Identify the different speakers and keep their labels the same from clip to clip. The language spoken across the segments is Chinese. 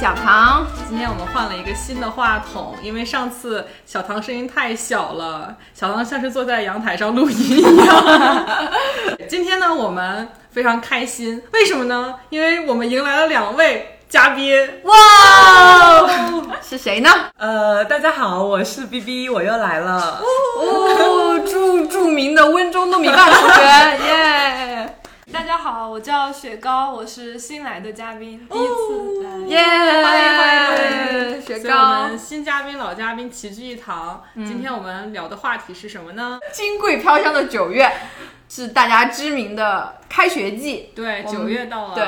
Speaker 1: 小唐。
Speaker 2: 今天我们换了一个新的话筒，因为上次小唐声音太小了，小唐像是坐在阳台上录音一样。 今天呢，我们非常开心，为什么呢？因为我们迎来了两位嘉宾，
Speaker 1: 哇哦， 是谁呢？
Speaker 3: 呃，大家好，我是 B B，我又来了。
Speaker 1: 哦，著著名的温州糯米饭同学，耶
Speaker 4: 大家好，我叫雪糕，我是新来的嘉宾，第一次来。
Speaker 1: 耶，
Speaker 2: 所
Speaker 1: 雪
Speaker 2: 以我
Speaker 1: 糕
Speaker 2: 们，新嘉宾、老嘉宾齐聚一堂。今天我们聊的话题是什么呢？
Speaker 1: 金贵飘香的九月是大家知名的开学季，
Speaker 2: 对，
Speaker 1: 我们
Speaker 2: 九月到了，
Speaker 1: 对，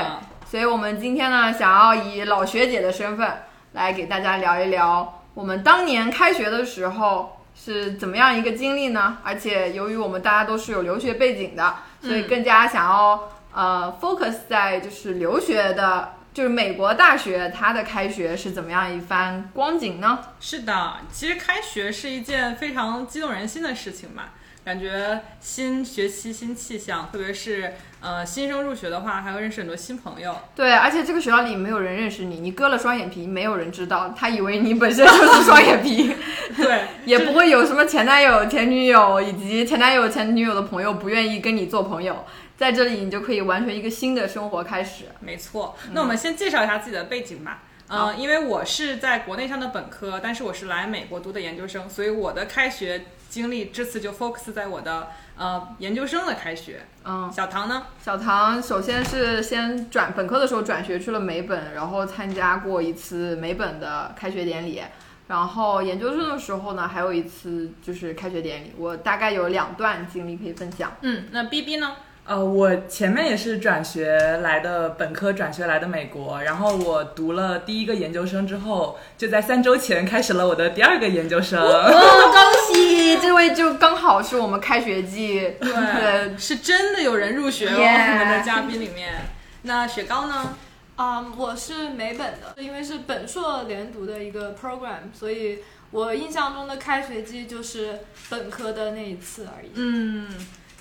Speaker 1: 所以我们今天呢，想要以老学姐的身份来给大家聊一聊我们当年开学的时候是怎么样一个经历呢？而且由于我们大家都是有留学背景的，
Speaker 2: 嗯
Speaker 1: 所以更加想要呃 focus 在就是留学的。就是美国大学，它的开学是怎么样一番光景呢？
Speaker 2: 是的，其实开学是一件非常激动人心的事情嘛，感觉新学期新气象，特别是呃新生入学的话，还会认识很多新朋友。
Speaker 1: 对，而且这个学校里没有人认识你，你割了双眼皮，没有人知道，他以为你本身就是双眼皮。
Speaker 2: 对，
Speaker 1: 也不会有什么前男友、前女友以及前男友、前女友的朋友不愿意跟你做朋友，在这里你就可以完全一个新的生活开始。
Speaker 2: 没错。那我们先介绍一下自己的背景吧。嗯、因为我是在国内上的本科，但是我是来美国读的研究生，所以我的开学经历这次就 focus 在我的呃研究生的开学。
Speaker 1: 嗯，
Speaker 2: 小唐呢？
Speaker 1: 小唐首先是先转本科的时候转学去了美本，然后参加过一次美本的开学典礼，然后研究生的时候呢还有一次就是开学典礼，我大概有两段经历可以分享。
Speaker 2: 嗯，那 B B 呢？
Speaker 3: 呃，我前面也是转学来的，本科转学来的美国，然后我读了第一个研究生之后，就在三周前开始了我的第二个研究生。
Speaker 1: 哦，恭喜 这位就刚好是我们开学季 对
Speaker 2: 对，是真的有人入学哦
Speaker 1: Yeah
Speaker 2: 我们的嘉宾里面。那雪糕呢？
Speaker 4: 啊、我是美本的，因为是本硕连读的一个 program，所以我印象中的开学季就是本科的那一次而已。
Speaker 2: 嗯，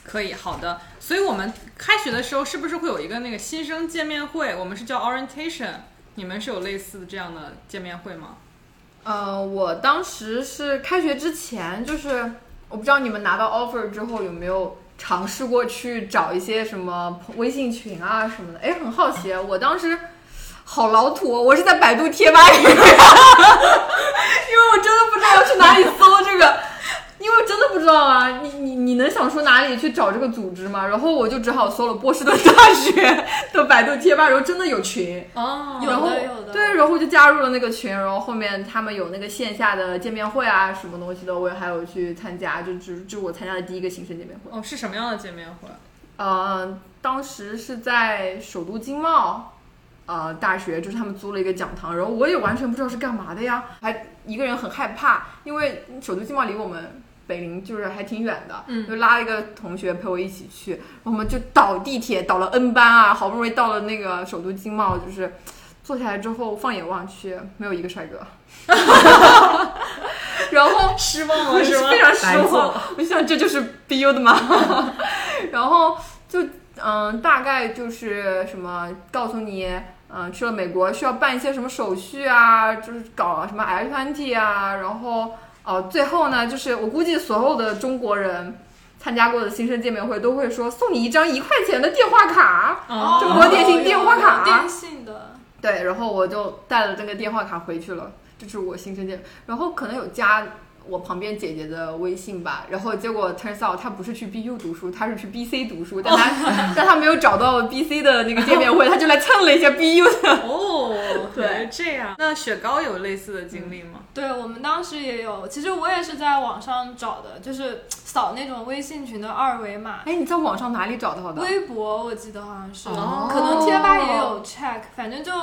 Speaker 2: 可以，好的。所以我们开学的时候是不是会有一个那个新生见面会？我们是叫 orientation，你们是有类似这样的见面会吗？
Speaker 1: 呃，我当时是开学之前，就是我不知道你们拿到 offer 之后有没有尝试过去找一些什么微信群啊什么的。哎，很好奇，我当时好老土哦，我是在百度贴吧里面， 因为我真的不知道去哪里搜这个。因为我真的不知道啊，你你你能想出哪里去找这个组织吗？然后我就只好搜了波士顿大学的百度贴吧，然后真的有群，
Speaker 2: 哦
Speaker 4: 有
Speaker 1: 然后
Speaker 4: 的有的
Speaker 1: 对，然后就加入了那个群，然后后面他们有那个线下的见面会啊，什么东西的，我也还有去参加，就就就我参加的第一个新生见面会。
Speaker 2: 哦，是什么样的见面会？
Speaker 1: 呃，当时是在首都经贸。呃，大学就是他们租了一个讲堂，然后我也完全不知道是干嘛的呀，还一个人很害怕，因为首都经贸离我们北陵就是还挺远的，
Speaker 2: 嗯
Speaker 1: 就拉了一个同学陪我一起去，我们就倒地铁倒了 N 班啊，好不容易到了那个首都经贸，就是坐下来之后放眼望去，没有一个帅哥，然后
Speaker 2: 失望
Speaker 1: 我
Speaker 2: 了是吗
Speaker 1: 非？常失
Speaker 3: 白
Speaker 1: 望
Speaker 3: 做，
Speaker 1: 我想这就是 BU 的吗？ 然后就嗯，大概就是什么告诉你，嗯，去了美国需要办一些什么手续啊，就是搞什么 L 团体啊，然后哦、最后呢，就是我估计所有的中国人。参加过的新生见面会都会说送你一张一块钱的电话卡，
Speaker 2: 哦
Speaker 1: 嗯中国电信
Speaker 4: 有
Speaker 1: 电话卡
Speaker 4: 有电信的，
Speaker 1: 对，然后我就带了这个电话卡回去了，这是我新生见，然后可能有加我旁边姐姐的微信吧，然后结果 turns out 她不是去 BU 读书，她是去 BC 读书，但她 但她没有找到 BC 的那个见面会，她就来蹭了一下 BU 的。
Speaker 2: 哦，
Speaker 1: 对
Speaker 2: 原来这样。那雪糕有类似的经历吗？
Speaker 4: 对我们当时也有，其实我也是在网上找的，就是扫那种微信群的二维码，
Speaker 1: 哎，你在网上哪里找到的？
Speaker 4: 微博我记得好像是，
Speaker 2: 哦
Speaker 4: 可能贴吧也有 check，反正就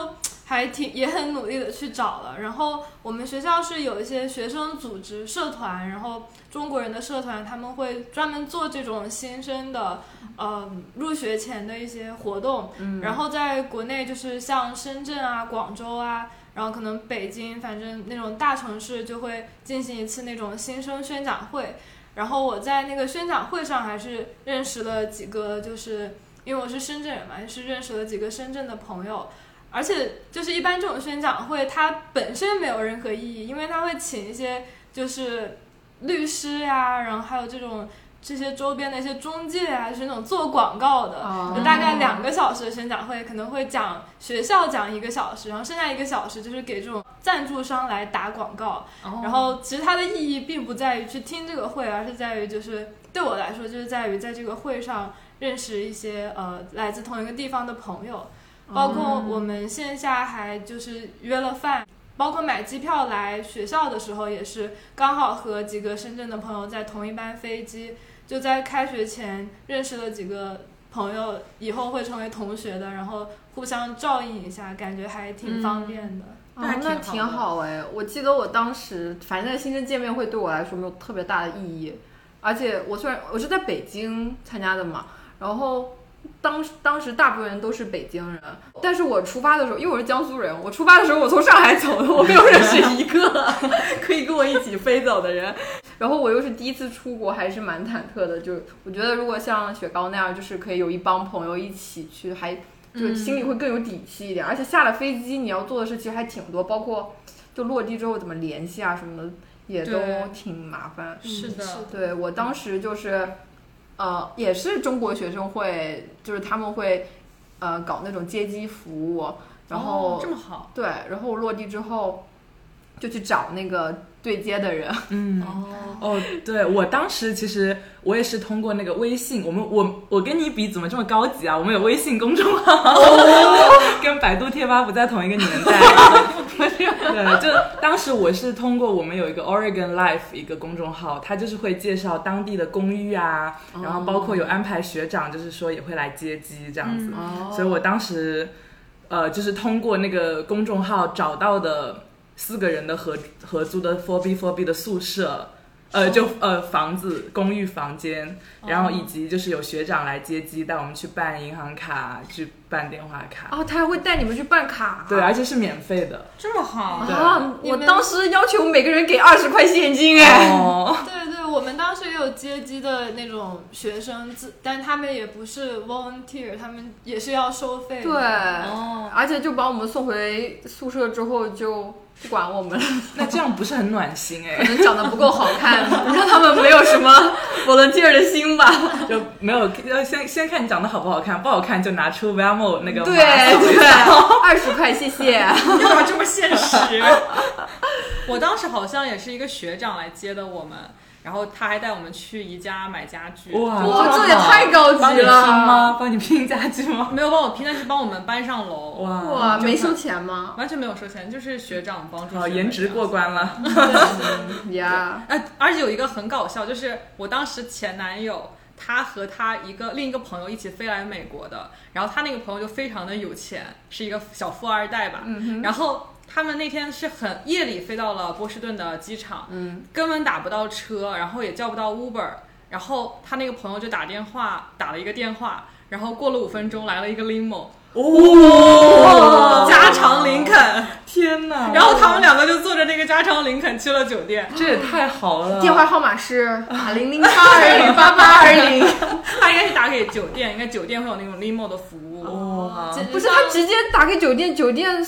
Speaker 4: 还挺也很努力的去找了。然后我们学校是有一些学生组织社团，然后中国人的社团他们会专门做这种新生的呃入学前的一些活动。然后在国内就是像深圳啊、广州啊。然后可能北京，反正那种大城市就会进行一次那种新生宣讲会，然后我在那个宣讲会上还是认识了几个，就是因为我是深圳人嘛，也是认识了几个深圳的朋友。而且就是一般这种宣讲会，它本身没有任何意义，因为它会请一些就是律师呀、然后还有这种这些周边的一些中介啊，就是那种做广告的，
Speaker 1: 哦
Speaker 4: 就大概两个小时的宣讲会，可能会讲学校讲一个小时，然后剩下一个小时就是给这种赞助商来打广告。然后其实它的意义并不在于去听这个会，而是在于就是对我来说，就是在于在这个会上认识一些呃来自同一个地方的朋友，包括我们线下还就是约了饭。包括买机票来学校的时候，也是刚好和几个深圳的朋友在同一班飞机，就在开学前认识了几个朋友，以后会成为同学的，然后互相照应一下，感觉还挺方便的。
Speaker 2: 那还
Speaker 1: 哦
Speaker 2: 挺
Speaker 1: 那
Speaker 2: 好
Speaker 1: 挺
Speaker 2: 的
Speaker 1: 好哎！我记得我当时，反正在新生见面会对我来说没有特别大的意义，而且我虽然我是在北京参加的嘛，然后当当时大部分人都是北京人，但是我出发的时候，因为我是江苏人，我出发的时候我从上海走的，我没有认识一个 可以跟我一起飞走的人， 然后我又是第一次出国，还是蛮忐忑的。就我觉得如果像雪糕那样，就是可以有一帮朋友一起去，还
Speaker 2: 嗯
Speaker 1: 就心里会更有底气一点。而且下了飞机，你要做的事其实还挺多，包括就落地之后怎么联系啊什么的，也都
Speaker 2: 对
Speaker 1: 挺麻烦。
Speaker 2: 嗯是的
Speaker 4: 嗯是
Speaker 1: 对我当时就是，呃，也是中国学生会，就是他们会呃搞那种接机服务，然后、
Speaker 2: 哦这么好，
Speaker 1: 对，然后我落地之后就去找那个对接的人。
Speaker 3: 嗯，
Speaker 2: 哦，
Speaker 3: 哦，对我当时其实我也是通过那个微信，我们我我跟你比怎么这么高级啊？我们有微信公众号， 跟百度贴吧不在同一个年代。对，就当时我是通过我们有一个 Oregon Life 一个公众号，它就是会介绍当地的公寓啊，然后包括有安排学长，就是说也会来接机这样子。
Speaker 1: 哦
Speaker 3: 所以我当时，呃，就是通过那个公众号找到的四个人的合合租的 Four B Four B 的宿舍，呃，就呃房子公寓房间，然后以及就是有学长来接机，带我们去办银行卡，去办电话卡，
Speaker 1: 哦，他还会带你们去办卡。
Speaker 3: 对，而且是免费的。
Speaker 2: 这么好，
Speaker 3: 对
Speaker 1: 啊！
Speaker 4: 你
Speaker 1: 我
Speaker 4: 们
Speaker 1: 当时要求每个人给二十块现金哎。
Speaker 3: 哦，
Speaker 4: 对对，我们当时也有接机的那种学生，自但他们也不是 volunteer，他们也是要收费的。
Speaker 1: 对，
Speaker 2: 哦
Speaker 1: 而且就把我们送回宿舍之后就不管我们了，
Speaker 3: 那这样不是很暖心哎、
Speaker 1: 可 能长得不够好看，让他们没有什么 volunteer 的心吧。
Speaker 3: 就没有要先先看你长得好不好看，不好看就拿出 Vamo 那个
Speaker 1: 对
Speaker 3: 码扫一
Speaker 1: 对哦
Speaker 3: 下，
Speaker 1: 二十块谢谢。
Speaker 2: 你怎么这么现实？ 我当时好像也是一个学长来接的我们，然后他还带我们去宜家买家具，
Speaker 3: 哇
Speaker 2: 就
Speaker 1: 哇，这也太高
Speaker 3: 帮你
Speaker 1: 级
Speaker 3: 拼
Speaker 1: 了！
Speaker 3: 吗？帮你拼家具吗？
Speaker 2: 没有帮我拼，但是帮我们搬上楼，
Speaker 3: 哇
Speaker 1: 哇，
Speaker 2: 就
Speaker 1: 没
Speaker 2: 看
Speaker 1: 收钱吗？
Speaker 2: 完全没有收钱，就是学长帮助学妹这样
Speaker 3: 好，
Speaker 2: 子。
Speaker 3: 啊颜值过关了。
Speaker 1: 呀，
Speaker 2: 呃，而且有一个很搞笑，就是我当时前男友。他和他一个另一个朋友一起飞来美国的，然后他那个朋友就非常的有钱，是一个小富二代吧。
Speaker 3: 嗯
Speaker 2: 然后他们那天是很夜里飞到了波士顿的机场，
Speaker 1: 嗯，
Speaker 2: 根本打不到车，然后也叫不到 Uber，然后他那个朋友就打电话打了一个电话，然后过了五分钟来了一个 limo，
Speaker 3: 哦
Speaker 2: 加长林肯，
Speaker 3: 天哪！
Speaker 2: 然后他们两个就坐着那个加长林肯去了酒店，
Speaker 3: 这也太豪了，
Speaker 1: 电话号码是 啊零零八二零八八二零。
Speaker 2: 他应该是打给酒店，应该酒店会有那种 limo 的服务。
Speaker 1: 哦
Speaker 3: 哇，
Speaker 4: 简 直
Speaker 1: 不是
Speaker 4: 像
Speaker 1: 他直接打给酒店，酒店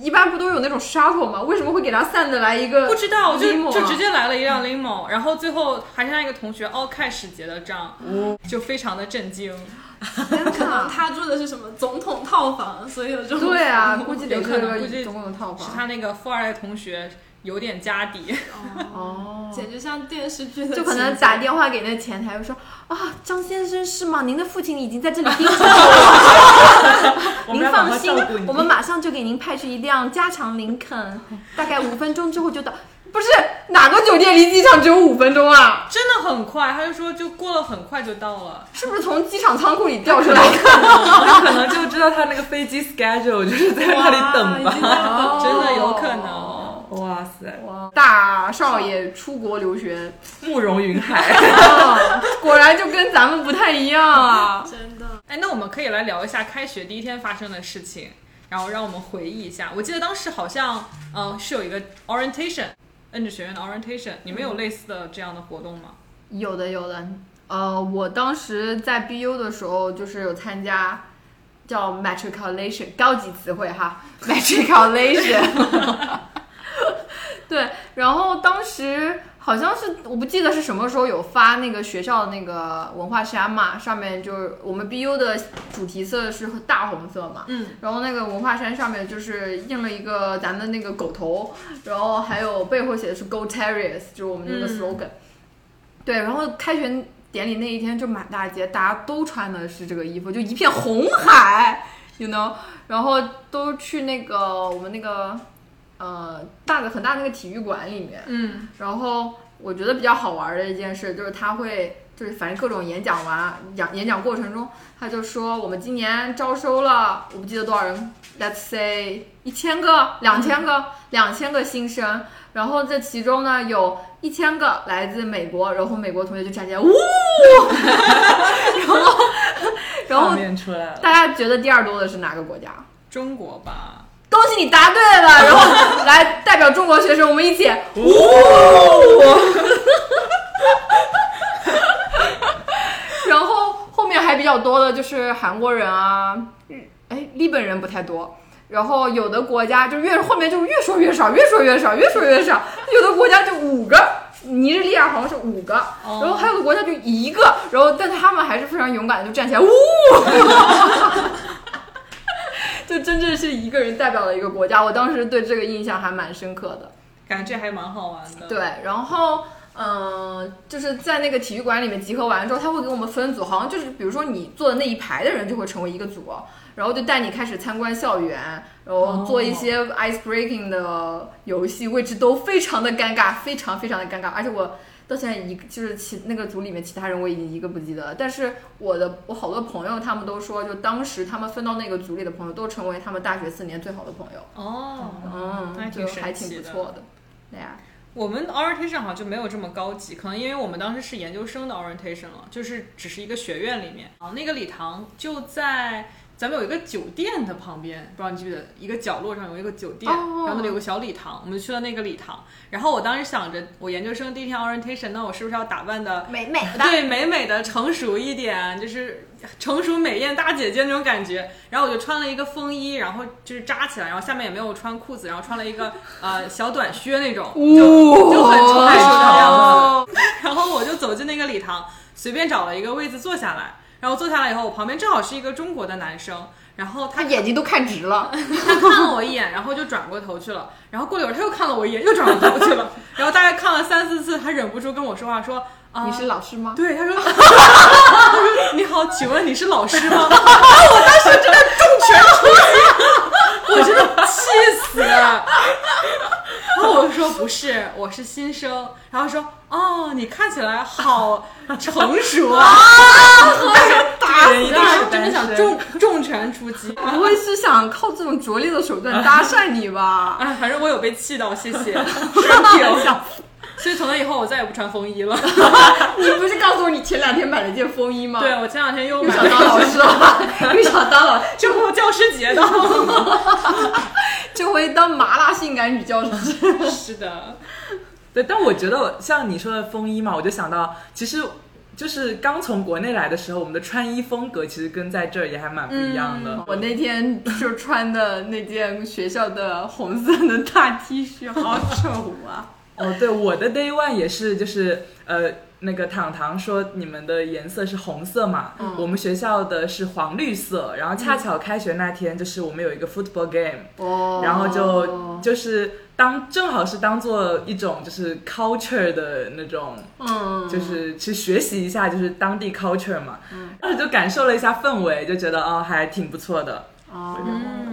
Speaker 1: 一般不都有那种 shuttle 吗？为什么会给他散的来一个 limo 啊？
Speaker 2: 不知道，就就直接来了一辆 limo，然后最后还剩下一个同学 all cash 结的账，
Speaker 1: 哦
Speaker 2: 就非常的震惊。
Speaker 4: 可能他住的是什么总统套房，所以有这种
Speaker 1: 啊 对 啊，估计得
Speaker 2: 有
Speaker 1: 是
Speaker 2: 可能估
Speaker 1: 个
Speaker 2: 计
Speaker 1: 总统套
Speaker 2: 是
Speaker 1: 房。
Speaker 2: 他那个富二代同学有点家底，
Speaker 1: 哦，
Speaker 4: 简直像电视剧的情节，
Speaker 1: 就可能打电话给那前台说啊，张先生是吗？您的父亲已经在这里盯着 了，
Speaker 3: 我
Speaker 1: 您
Speaker 3: 们要好
Speaker 1: 放
Speaker 3: 好
Speaker 1: 心
Speaker 3: 照顾，你。
Speaker 1: 我们马上就给您派去一辆加长林肯，大概五分钟之后就到。 不是哪个酒店离机场只有五分钟啊？
Speaker 2: 真的很快，他就说就过了很快就到了。
Speaker 1: 是不是从机场仓库里掉出来的？
Speaker 3: 他可能就知道他那个飞机 schedule 就是在那里等
Speaker 4: 哇已经
Speaker 3: 吧。
Speaker 4: 在
Speaker 1: 哦
Speaker 2: 真的有可能。
Speaker 3: 哇塞，
Speaker 1: 大少爷出国留学，
Speaker 3: 慕容云 海，
Speaker 1: 啊果然就跟咱们不太一样啊。
Speaker 4: 真的
Speaker 2: 哎，那我们可以来聊一下开学第一天发生的事情，然后让我们回忆一下。我记得当时好像，嗯、是有一个 orientation，摁着学院的 orientation，你们有类似的这样的活动吗？
Speaker 1: 有的有的，呃，我当时在 BU 的时候，就是有参加叫 matriculation 高级词汇哈 matriculation。对，然后当时好像是我不记得是什么时候有发那个学校的那个文化衫嘛，上面就是我们 BU 的主题色是大红色嘛，
Speaker 2: 嗯，
Speaker 1: 然后那个文化衫上面就是印了一个咱们那个狗头，然后还有背后写的是 Go Terriers，就是我们那个
Speaker 2: 嗯
Speaker 1: slogan。对，然后开学典礼那一天就满大街，大家都穿的是这个衣服，就一片红海，you know，然后都去那个我们那个呃大的很大那个体育馆里面，
Speaker 2: 嗯
Speaker 1: 然后我觉得比较好玩的一件事就是他会。就是反正各种演讲完演演讲过程中，他就说我们今年招收了，我不记得多少人，let's say 一千个、两千
Speaker 3: 嗯
Speaker 1: 个、两千个新生，然后这其中呢有一千个来自美国，然后美国同学就站起来，呜， 然后
Speaker 3: 画
Speaker 1: 然后
Speaker 3: 面出来了。
Speaker 1: 大家觉得第二多的是哪个国家？
Speaker 2: 中国吧，
Speaker 1: 恭喜你答对了，然后来代表中国学生，我们一起。 然后后面还比较多的就是韩国人啊，日哎，日本人不太多。然后有的国家就越后面就是越说越少，越说越少，越说越少。有的国家就五个，尼日利亚好像是五个，
Speaker 2: 哦
Speaker 1: 然后还有个国家就一个，然后但他们还是非常勇敢的就站起来，呜，就真正是一个人代表了一个国家。我当时对这个印象还蛮深刻的。
Speaker 2: 感觉这还蛮好玩 的。
Speaker 1: 对，然后嗯、呃就是在那个体育馆里面集合完之后，他会给我们分组，好像就是比如说你坐的那一排的人就会成为一个组，然后就带你开始参观校园，然
Speaker 2: 哦
Speaker 1: 后做一些 ice breaking 的游戏，位置都非常的尴尬，非常非常的尴尬，而且我。到现在一个就是其那个组里面其他人我已经一个不记得了，但是我的我好多朋友他们都说，就当时他们分到那个组里的朋友都成为他们大学四年最好的朋友，
Speaker 2: 哦，
Speaker 1: 嗯，
Speaker 2: 那还挺
Speaker 1: 就还
Speaker 2: 神奇
Speaker 1: 挺不
Speaker 2: 的
Speaker 1: 错的，对啊呀、
Speaker 2: 我们 orientation 好像就没有这么高级，可能因为我们当时是研究生的 orientation 了，就是只是一个学院里面啊，那个礼堂就在咱们有一个酒店的旁边，不知道你记不记得，一个角落上有一个酒店，
Speaker 1: 哦
Speaker 2: 然后那里有个小礼堂，我们就去了那个礼堂。然后我当时想着，我研究生第一天 orientation，那我是不是要打扮的
Speaker 1: 美美的。
Speaker 2: 对，美美的成熟一点，就是成熟美艳大姐姐那种感觉。然后我就穿了一个风衣，然后就是扎起来，然后下面也没有穿裤子，然后穿了一个呃小短靴那种，就就很
Speaker 1: 哦
Speaker 2: 成熟的样子。然后我就走进那个礼堂，随便找了一个位子坐下来。然后坐下来以后，我旁边正好是一个中国的男生，然后他
Speaker 1: 他眼睛都看直了，
Speaker 2: 他看了我一眼，然后就转过头去了。然后过了一会儿，他又看了我一眼，又转过头去了。然后大概看了三四次，他忍不住跟我说话说：“啊、
Speaker 1: 你是老师吗？
Speaker 2: 对，他说，他说你好，请问你是老师吗？然后我当时真的重拳出击，我真的气死了。然后我说不是，我是新生。然后说哦，你看起来好成熟啊！
Speaker 3: 这个人一定
Speaker 2: 当时真的
Speaker 3: 是单
Speaker 2: 想
Speaker 3: 身。
Speaker 2: 重重拳出击。
Speaker 1: 不会是想靠这种拙劣的手 段搭讪你吧？
Speaker 2: 哎，反正我有被气到，谢谢，thank you。所以从那以后，我再也不穿风衣了。
Speaker 1: 你不是告诉我你前两天买了件风衣吗？
Speaker 2: 对，我前两天又
Speaker 1: 又
Speaker 2: 买
Speaker 1: 想当
Speaker 2: 了，
Speaker 1: 老师啊 了，又想当老，
Speaker 2: 这不教师节的。
Speaker 1: 这回当麻辣性感女教师。
Speaker 2: 是的，
Speaker 3: 对，但我觉得像你说的风衣嘛，我就想到，其实就是刚从国内来的时候，我们的穿衣风格其实跟在这儿也还蛮不一样的。
Speaker 1: 嗯我那天就穿的那件学校的红色的大 T 恤，好丑啊！
Speaker 3: 哦，对，我的 day one 也是，就是呃，那个糖糖说你们的颜色是红色嘛，
Speaker 1: 嗯
Speaker 3: 我们学校的是黄绿色，然后恰巧开学那天就是我们有一个 football game，、
Speaker 1: 哦
Speaker 3: 然后就就是当正好是当做一种就是 culture 的那种，
Speaker 1: 嗯，
Speaker 3: 就是去学习一下就是当地 culture 嘛，
Speaker 1: 嗯
Speaker 3: 当时就感受了一下氛围，就觉得哦还挺不错的。
Speaker 1: 哦，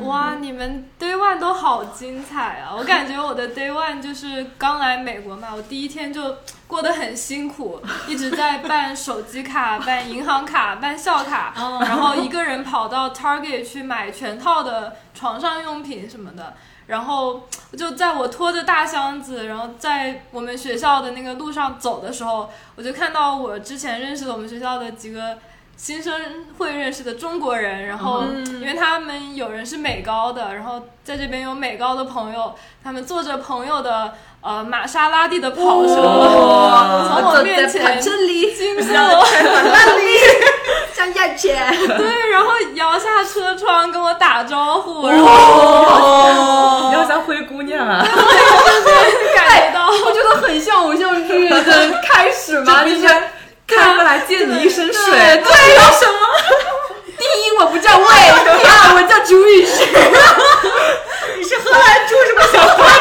Speaker 4: 哇，你们 Day One 都好精彩啊！我感觉我的 Day One 就是刚来美国嘛，我第一天就过得很辛苦，一直在办手机卡、办银行卡、办校卡，然后一个人跑到 Target 去买全套的床上用品什么的。然后就在我拖着大箱子，然后在我们学校的那个路上走的时候，我就看到我之前认识的我们学校的几个新生会认识的中国人，然后因为他们有人是美高的，然后在这边有美高的朋友，他们坐着朋友的呃玛莎拉蒂的跑车，
Speaker 1: 哦
Speaker 3: 哇
Speaker 4: 从我面前
Speaker 1: 这里
Speaker 4: 经过，
Speaker 1: 那里，想要钱。
Speaker 4: 对，然后摇下车窗跟我打招呼，然后
Speaker 3: 哦，你好像灰姑 娘啊！
Speaker 4: 感觉到
Speaker 1: 我觉得很像偶像剧的开始嘛，
Speaker 3: 这不
Speaker 1: 就是
Speaker 3: 应该看过来溅你一身水，
Speaker 1: 对 对，有什么？第一我不叫魏，第二我叫朱雨辰。
Speaker 2: 你是荷兰猪是吧？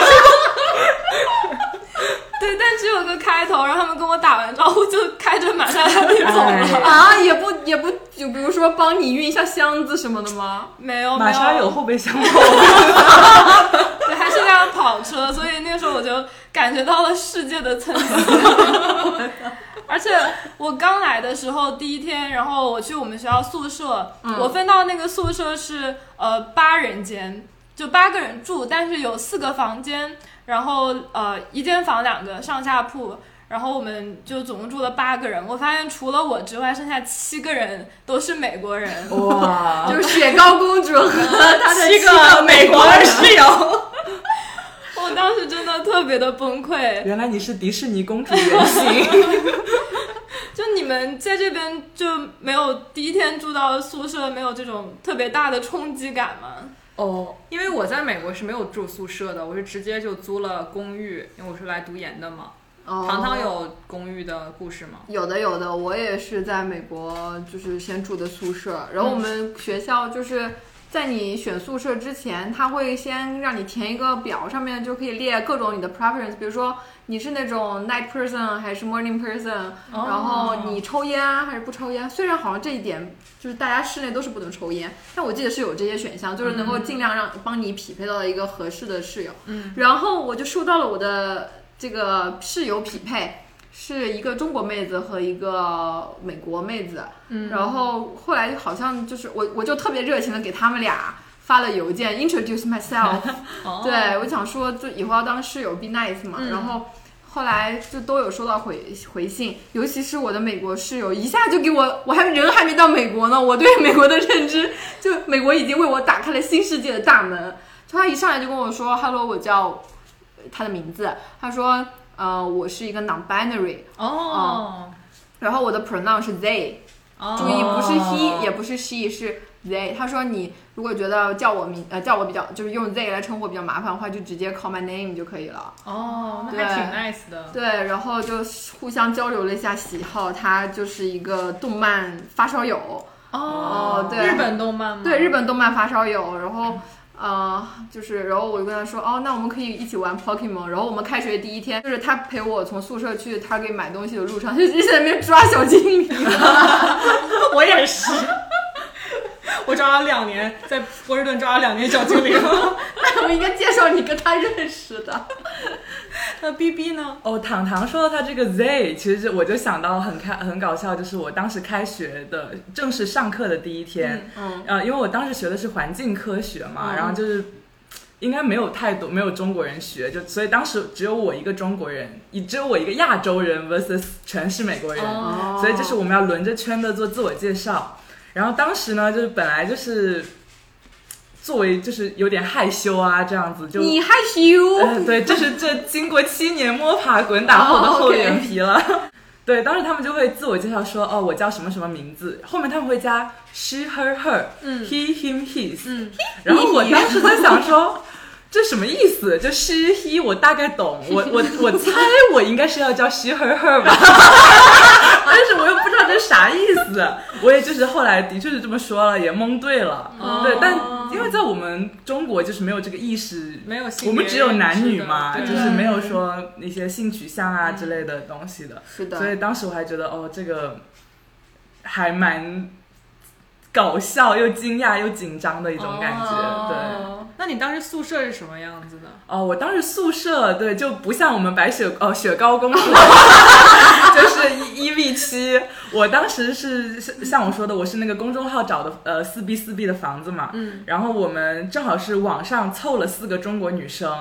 Speaker 4: 对，但只有个开头，然后他们跟我打完招呼就开着马莎拉蒂走了。
Speaker 3: 哎
Speaker 1: 啊，也不也不，就比如说帮你运一下箱子什么的吗？
Speaker 4: 没
Speaker 2: 哦
Speaker 4: 有，
Speaker 3: 玛莎
Speaker 4: 没
Speaker 3: 有后 备箱吗？
Speaker 4: 对，还是辆跑车，所以那时候我就感觉到了世界的层次。 而且我刚来的时候，第一天，然后我去我们学校宿舍，
Speaker 3: 嗯
Speaker 4: 我分到那个宿舍是呃八人间，就八个人住，但是有四个房间，然后呃一间房两个上下铺。然后我们就总共住了八个人，我发现除了我之外，剩下七个人都是美国人。
Speaker 3: 哦哇，
Speaker 1: 就是雪糕公主和她的
Speaker 2: 七个美国的室 友，
Speaker 4: 我当时真的特别的崩溃。
Speaker 3: 原来你是迪士尼公主原型，
Speaker 4: 就你们在这边就没有第一天住到宿舍没有这种特别大的冲击感吗？
Speaker 3: 哦，
Speaker 2: 因为我在美国是没有住宿舍的，我是直接就租了公寓，因为我是来读研的嘛。
Speaker 1: 哦
Speaker 2: 糖糖有公寓的故事吗？
Speaker 1: 有的有的，我也是在美国，就是先住的宿舍，然后我们学校就是。在你选宿舍之前，他会先让你填一个表，上面就可以列各种你的 preference，比如说你是那种 night person 还是 morning person，、然后你抽烟还是不抽烟。虽然好像这一点就是大家室内都是不能抽烟，但我记得是有这些选项，就是能够尽量让帮你匹配到一个合适的室友。嗯，然后我就收到了我的这个室友匹配，是一个中国妹子和一个美国妹子，嗯，然后后来好像就是我我就特别热情的给他们俩发了邮件 introduce myself，、对我想说就以后要当室友 be nice 嘛，然后。后来就都有收到回回信，尤其是我的美国室友，一下就给我，我还人还没到美国呢，我对美国的认知就美国已经为我打开了新世界的大门。就他一上来就跟我说，Hello，我叫他的名字，他说，呃，我是一个 non-binary，
Speaker 2: 哦，
Speaker 1: 然后我的 pronoun 是 they，
Speaker 2: 哦
Speaker 1: 注意不是 he 也不是 she 是 they。他说你如果觉得叫我名呃叫我比较就是用 they 来称呼我比较麻烦的话，就直接 call my name 就可以了。
Speaker 2: 哦，那还挺 nice 的。
Speaker 1: 对，然后就互相交流了一下喜好，他就是一个动漫发烧友，哦对
Speaker 2: 日本动漫吗？
Speaker 1: 对日本动漫发烧友，然后。呃，就是，然后我就跟他说，哦，那我们可以一起玩 Pokemon。然后我们开学第一天，就是他陪我从宿舍去他给买东西的路上，他就 一直在那边抓小精灵。
Speaker 2: 我也是，我抓了两年，在波士顿抓了两年小精灵。
Speaker 1: 我应该介绍你跟他认识的。
Speaker 2: 那 B B 呢？
Speaker 3: 哦，糖糖说到他这个 Z，其实我就想到很开很搞笑，就是我当时开学的正式上课的第一天，
Speaker 1: 嗯
Speaker 3: 呃，因为我当时学的是环境科学
Speaker 2: 嗯
Speaker 3: 嘛，然后就是应该没有太多没有中国人学，就所以当时只有我一个中国人，也只有我一个亚洲人 versus 全是美国人，
Speaker 2: 哦
Speaker 3: 所以就是我们要轮着圈的做自我介绍。然后当时呢，就是本来就是作为就是有点害羞啊这样子，就
Speaker 1: 你害羞，
Speaker 3: 嗯，对，这是这经过七年摸爬滚打后的
Speaker 1: 哦，OK
Speaker 3: 厚脸皮了。对，当时他们就会自我介绍说，哦，我叫什么什么名字，后面他们会加 she her her，
Speaker 2: 嗯
Speaker 3: he him his，
Speaker 2: 嗯，
Speaker 3: 然后我当时在想说。 这什么意思？就 she he，我大概懂，我我我猜我应该是要叫 she her her 吧， 但是我又不知道这是啥意思。我也就是后来的确是这么说了，也蒙对了。
Speaker 2: 哦
Speaker 3: 对，但因为在我们中国就是没有这个意识，
Speaker 2: 没有性别
Speaker 3: 我们只有男女嘛，
Speaker 2: 认
Speaker 3: 就
Speaker 2: 知的
Speaker 3: 是没有说一些性取向啊之类的东西的，
Speaker 1: 是
Speaker 3: 所以当时我还觉得哦，这个还蛮搞笑又惊讶又紧张的一种感觉，对。
Speaker 2: 哦那你当时宿舍是什么样子的？
Speaker 3: 哦，我当时宿舍对就不像我们白雪哦雪糕公主， 就是一一 v 七。我当时是是像我说的，我是那个公众号找的呃四 B 四 B 的房子嘛，嗯，然后我们正好是网上凑了四个中国女生，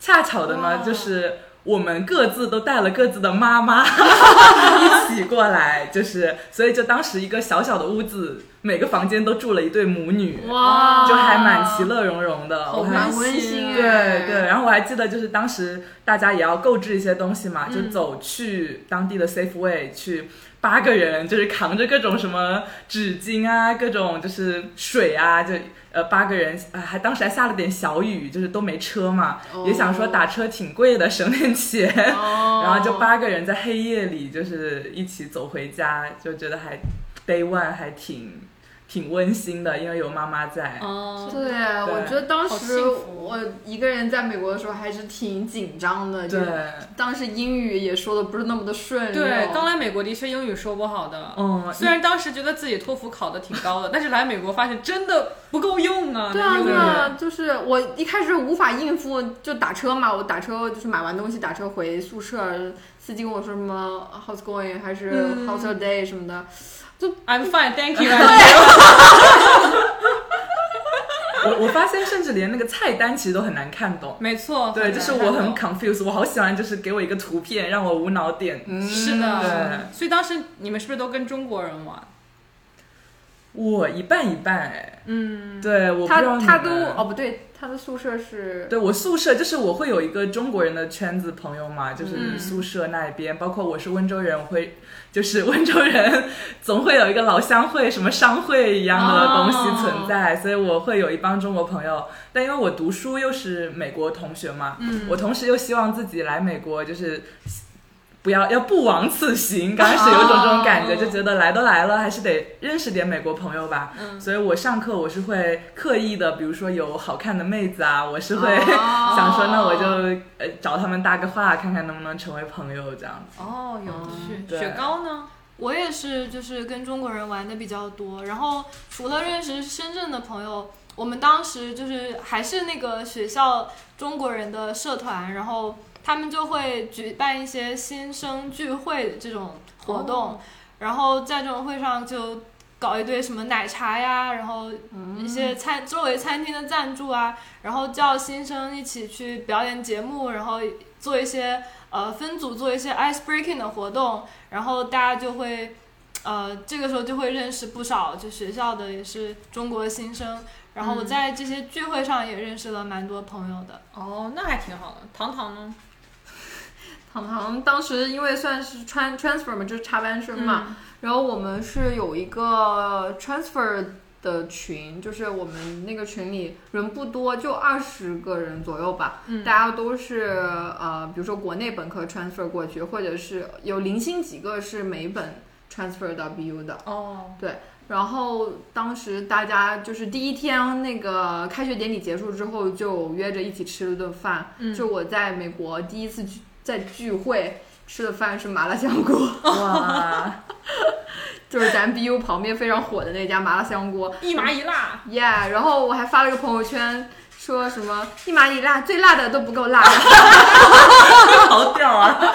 Speaker 3: 恰巧的呢就是。我们各自都带了各自的 妈妈一起过来，就是，所以就当时一个小小的屋子每个房间都住了一对母女，
Speaker 2: 哇
Speaker 3: 就还蛮其乐融融的。
Speaker 2: 好
Speaker 3: 我还
Speaker 1: 蛮啊温馨哎。
Speaker 3: 对对，然后我还记得就是当时大家也要购置一些东西嘛，
Speaker 1: 嗯
Speaker 3: 就走去当地的 Safeway 去。八个人就是扛着各种什么纸巾啊，各种就是水啊，就呃八个人，呃还当时还下了点小雨，就是都没车嘛，
Speaker 1: 哦
Speaker 3: 也想说打车挺贵的，省点钱， 然后就八个人在黑夜里就是一起走回家，就觉得还 day one 还挺挺温馨的，因为有妈妈在。
Speaker 2: 哦
Speaker 1: 对，我觉得当
Speaker 2: 好
Speaker 1: 时
Speaker 2: 幸福
Speaker 1: 我一个人在美国的时候还是挺紧张的，就
Speaker 3: 对，
Speaker 1: 是当时英语也说的不是那么的顺溜。
Speaker 2: 对，刚来美国的确英语说不好的。
Speaker 3: 嗯，
Speaker 2: 虽然当时觉得自己托福考的挺高的，但是来美国发现真的不够用啊。
Speaker 1: 对啊，
Speaker 2: 那个
Speaker 1: 对啊，就是我一开始无法应付，就打车嘛，我打车就是买完东西打车回宿舍，司机跟我说什么 how's going 还是
Speaker 2: 嗯
Speaker 1: how's your day 什么的，
Speaker 2: I'm fine, thank you.
Speaker 3: 我我发现甚至连那个菜单其实都很难看
Speaker 1: 嗯
Speaker 3: 懂。
Speaker 2: 没错，
Speaker 3: 对，
Speaker 2: 就
Speaker 3: 就是我很 confused，我好喜欢就是给我一个图片让我无脑点。
Speaker 1: 嗯
Speaker 2: 是的
Speaker 3: 嗯对，
Speaker 2: 所以当时你们是不是都跟中国人玩？
Speaker 3: 我一半一半哎，
Speaker 2: 嗯，
Speaker 3: 对，我不
Speaker 1: 他
Speaker 3: 知道你
Speaker 1: 他都
Speaker 3: 们
Speaker 1: 哦不对，他的宿舍是
Speaker 3: 对我宿舍就是我会有一个中国人的圈子朋友嘛，就是
Speaker 2: 嗯
Speaker 3: 宿舍那边，包括我是温州人，我会就是温州人总会有一个老乡会、什么商会一样的
Speaker 2: 哦
Speaker 3: 东西存在，所以我会有一帮中国朋友。但因为我读书又是美国同学嘛，
Speaker 2: 嗯
Speaker 3: 我同时又希望自己来美国就是。不要要不枉此行，刚开始有一种这种感觉，
Speaker 2: 哦
Speaker 3: 就觉得来都来了，还是得认识点美国朋友吧。
Speaker 2: 嗯
Speaker 3: 所以我上课我是会刻意的，比如说有好看的妹子啊，我是会、
Speaker 1: 哦
Speaker 3: 想说那我就呃找他们搭个话，看看能不能成为朋友这样子。
Speaker 2: 哦，有
Speaker 4: 趣
Speaker 3: 嗯对
Speaker 2: 雪糕呢？
Speaker 4: 我也是，就是跟中国人玩的比较多。然后除了认识深圳的朋友，我们当时就是还是那个学校中国人的社团，然后他们就会举办一些新生聚会这种活动，然后在这种会上就搞一堆什么奶茶呀，然后一些餐周围餐厅的赞助啊，然后叫新生一起去表演节目，然后做一些呃分组做一些 ice breaking 的活动，然后大家就会，呃，这个时候就会认识不少就学校的也是中国新生，然后我在这些聚会上也认识了蛮多朋友的。
Speaker 2: 哦，那还挺好的。糖糖呢？
Speaker 1: 糖糖当时因为算是 tran transfer 嘛，就是插班生嘛，然后我们是有一个 transfer 的群，就是我们那个群里人不多，就二十个人左右吧。
Speaker 2: 嗯
Speaker 1: 大家都是呃，比如说国内本科 transfer 过去，或者是有零星几个是美本 transfer 到 BU 的。
Speaker 2: 哦，
Speaker 1: 然后当时大家就是第一天那个开学典礼结束之后，就约着一起吃了顿饭。
Speaker 2: 嗯
Speaker 1: 就我在美国第一次聚在聚会吃的饭是麻辣香锅。
Speaker 3: 哇，
Speaker 1: 就是咱 BU 旁边非常火的那家麻辣香锅
Speaker 2: 一麻一辣，
Speaker 1: ，Yeah！然后我还发了个朋友圈，说什么一麻一辣，最辣的都不够辣。
Speaker 3: 好屌啊，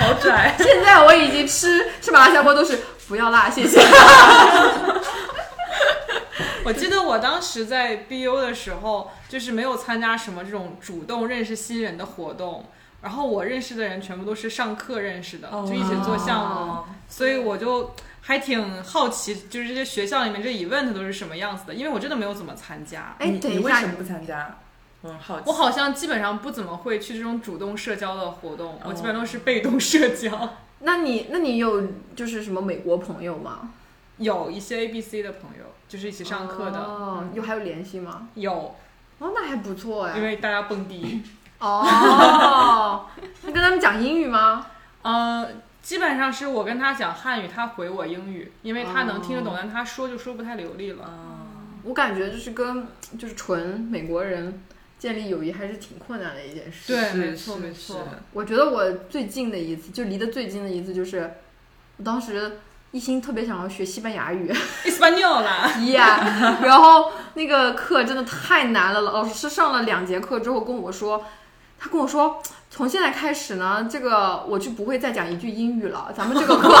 Speaker 3: 好拽！
Speaker 1: 现在我已经吃吃麻辣香锅都是不要辣，谢 谢。
Speaker 2: 我记得我当时在 BU 的时候，就是没有参加什么这种主动认识新人的活动，然后我认识的人全部都是上课认识的，就一起做项目，
Speaker 3: 哦
Speaker 2: 所以我就还挺好奇，就是这些学校里面这 event 都是什么样子的，因为我真的没有怎么参加。
Speaker 1: 哎
Speaker 3: 你
Speaker 1: 等一
Speaker 3: 你为
Speaker 1: 下
Speaker 3: 什么不参加？嗯，好奇。
Speaker 2: 我好像基本上不怎么会去这种主动社交的活动，我
Speaker 3: 哦
Speaker 2: 基本上都是被动社交。
Speaker 1: 那你那你有就是什么美国朋友吗？
Speaker 2: 有一些 A B C 的朋友，就是一起上课的，
Speaker 1: 哦，有还有联系吗？
Speaker 2: 有，
Speaker 1: 哦，那还不错
Speaker 2: 因
Speaker 1: 哎。
Speaker 2: 为大家蹦迪，
Speaker 1: 哦， 那跟他们讲英语吗？
Speaker 2: 呃，基本上是我跟他讲汉语，他回我英语，因为他能听得懂，但他说就说不太流利了。
Speaker 1: 我感觉就是跟就是纯美国人建立友谊还是挺困难的一件事。
Speaker 2: 对，
Speaker 3: 是
Speaker 2: 没错
Speaker 3: 是
Speaker 2: 没错。
Speaker 1: 我觉得我最近的一次，就离得最近的一次，就是我当时一心特别想要学西班牙语
Speaker 2: e s p a n o l a
Speaker 1: ，yeah，然后那个课真的太难了，老师上了两节课之后跟我说，他跟我说。从现在开始呢，这个我就不会再讲一句英语了。咱们这个课